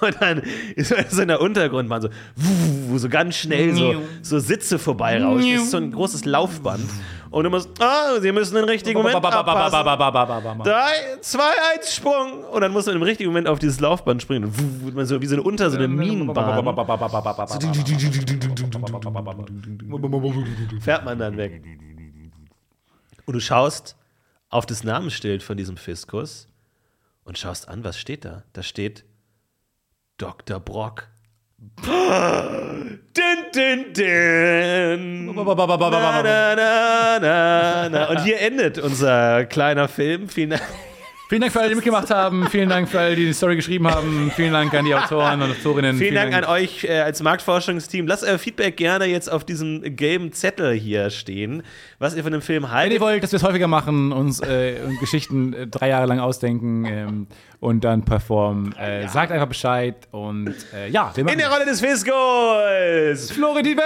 Speaker 1: Und dann ist man so in der Untergrundbahn so, wuh, so ganz schnell so, so Sitze vorbeirauschen. Das ist so ein großes Laufband. Und du musst, ah, sie müssen den richtigen Moment abpassen. Drei, zwei, eins, Sprung. Und dann musst du im richtigen Moment auf dieses Laufband springen. Und wuh, wird man so wie so eine unter so eine Minenbahn fährt man dann weg. Und du schaust auf das Namensschild von diesem Fiskus und schaust an, was steht da? Da steht Dr. Brock. Din, din, din. Na, na, na, na, na. Und hier endet unser kleiner Film. Vielen Dank.
Speaker 2: Vielen Dank für alle, die mitgemacht haben. Vielen Dank für alle, die die Story geschrieben haben. Vielen Dank an die Autoren und Autorinnen.
Speaker 1: Vielen, Dank, an euch äh, als Marktforschungsteam. Lasst euer Feedback gerne jetzt auf diesem gelben Zettel hier stehen, was ihr von dem Film
Speaker 2: Wenn ihr
Speaker 1: haltet.
Speaker 2: wollt, dass wir es häufiger machen, uns äh, und Geschichten äh, drei Jahre lang ausdenken ähm, und dann performen, äh, sagt einfach Bescheid und äh, ja, wir
Speaker 1: In
Speaker 2: machen
Speaker 1: der Rolle des Fiskus.
Speaker 2: Florentin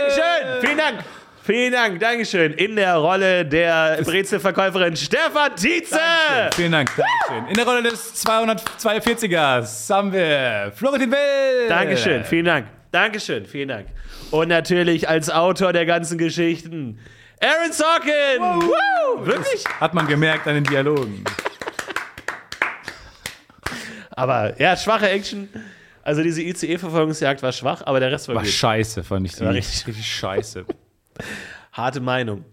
Speaker 1: Dankeschön. Vielen Dank. Vielen Dank. Dankeschön. In der Rolle der Brezelverkäuferin Stefan Tietze.
Speaker 2: Vielen Dank. Dankeschön. In der Rolle des 242ers haben wir Florentin Will.
Speaker 1: Dankeschön. Vielen Dank. Dankeschön. Vielen Dank. Und natürlich als Autor der ganzen Geschichten Aaron Sorkin. Woo. Wirklich?
Speaker 2: Hat man gemerkt an den Dialogen.
Speaker 1: Aber ja, schwache Action. Also diese ICE-Verfolgungsjagd war schwach, aber der Rest war,
Speaker 2: War
Speaker 1: gut.
Speaker 2: scheiße, fand ich die.
Speaker 1: War richtig-
Speaker 2: scheiße.
Speaker 1: Harte Meinung.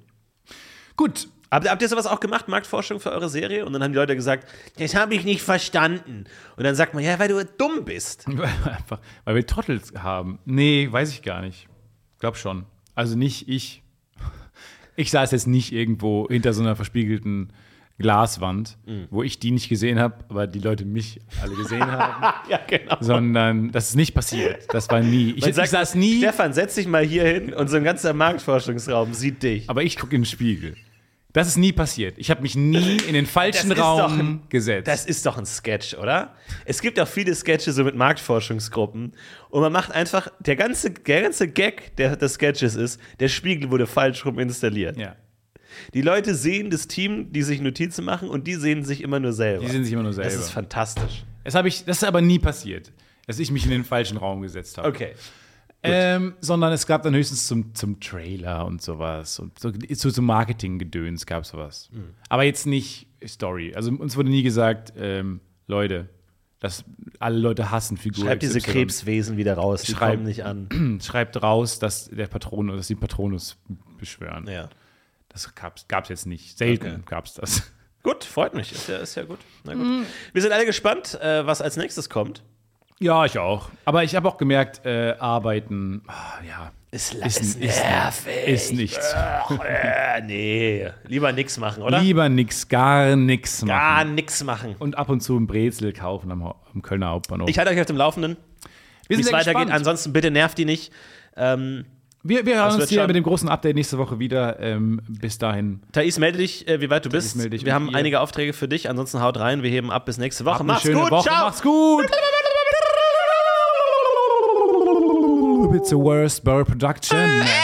Speaker 2: Gut.
Speaker 1: Habt, habt ihr sowas auch gemacht, Marktforschung für eure Serie? Und dann haben die Leute gesagt, das habe ich nicht verstanden. Und dann sagt man, ja, weil du dumm bist.
Speaker 2: Einfach, weil wir Trottels haben. Nee, weiß ich gar nicht. Glaub schon. Also nicht ich. Ich saß jetzt nicht irgendwo hinter so einer verspiegelten Glaswand,
Speaker 1: Mhm.
Speaker 2: wo ich die nicht gesehen habe, aber die Leute mich alle gesehen haben,
Speaker 1: Ja, genau.
Speaker 2: sondern das ist nicht passiert. Das war nie. Ich,
Speaker 1: Man
Speaker 2: ich
Speaker 1: sagt,
Speaker 2: saß nie.
Speaker 1: Stefan, setz dich mal hier hin und so ein ganzer Marktforschungsraum sieht dich.
Speaker 2: aber ich gucke in den Spiegel. Das ist nie passiert. Ich habe mich nie in den falschen
Speaker 1: Das ist
Speaker 2: Raum
Speaker 1: doch ein-
Speaker 2: gesetzt.
Speaker 1: Das ist doch ein Sketch, oder? Es gibt auch viele Sketche so mit Marktforschungsgruppen und man macht einfach, der ganze, der ganze Gag der, des Sketches ist, der Spiegel wurde falsch rum installiert.
Speaker 2: ja.
Speaker 1: Die Leute sehen das Team, die sich Notizen machen und die sehen sich immer nur selber.
Speaker 2: Die sehen sich immer nur selber.
Speaker 1: das ist fantastisch.
Speaker 2: Das, hab ich, das ist aber nie passiert, dass ich mich in den falschen Raum gesetzt habe.
Speaker 1: Okay.
Speaker 2: Ähm, sondern es gab dann höchstens zum, zum Trailer und sowas. Und so, so zum Marketing-Gedöns gab
Speaker 1: Mhm.
Speaker 2: es sowas. Aber jetzt nicht Story. Also uns wurde nie gesagt, ähm, Leute, dass alle Leute hassen Figur
Speaker 1: Schreib diese
Speaker 2: XY.
Speaker 1: Krebswesen wieder raus, die
Speaker 2: Schreib-
Speaker 1: kommen nicht an.
Speaker 2: Schreibt raus, dass der Patron dass die Patronus beschwören.
Speaker 1: Ja.
Speaker 2: Das gab's, gab's jetzt nicht. Selten gab's das.
Speaker 1: Gut, freut mich. Ist ja, ist ja gut. Na gut. Wir sind alle gespannt, äh, was als nächstes kommt.
Speaker 2: Ja, ich auch. Aber ich habe auch gemerkt, äh, arbeiten, ah, ja,
Speaker 1: Ist,
Speaker 2: ist-
Speaker 1: nervig.
Speaker 2: ist nichts.
Speaker 1: Ach, äh, nee. Lieber nix machen, oder?
Speaker 2: Lieber nix, gar nix machen.
Speaker 1: Gar nix machen.
Speaker 2: Und ab und zu ein Brezel kaufen am, Hau- am Kölner Hauptbahnhof.
Speaker 1: Ich halte euch auf dem Laufenden,
Speaker 2: wir
Speaker 1: wie es
Speaker 2: sehr
Speaker 1: weitergeht.
Speaker 2: gespannt.
Speaker 1: Ansonsten bitte nervt die nicht. Ähm,
Speaker 2: Wir, wir hören uns
Speaker 1: wird
Speaker 2: hier
Speaker 1: schon.
Speaker 2: mit dem großen Update nächste Woche wieder. Ähm, bis dahin.
Speaker 1: Thais, melde dich, äh, wie weit du bist.
Speaker 2: melde dich.
Speaker 1: Wir
Speaker 2: Und
Speaker 1: haben
Speaker 2: ihr?
Speaker 1: einige Aufträge für dich. Ansonsten haut rein. Wir heben ab bis nächste Woche.
Speaker 2: Habt eine
Speaker 1: Mach's
Speaker 2: schöne
Speaker 1: gut.
Speaker 2: Woche.
Speaker 1: Ciao.
Speaker 2: Macht's gut. It's the worst Burr Production.
Speaker 1: Äh.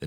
Speaker 3: the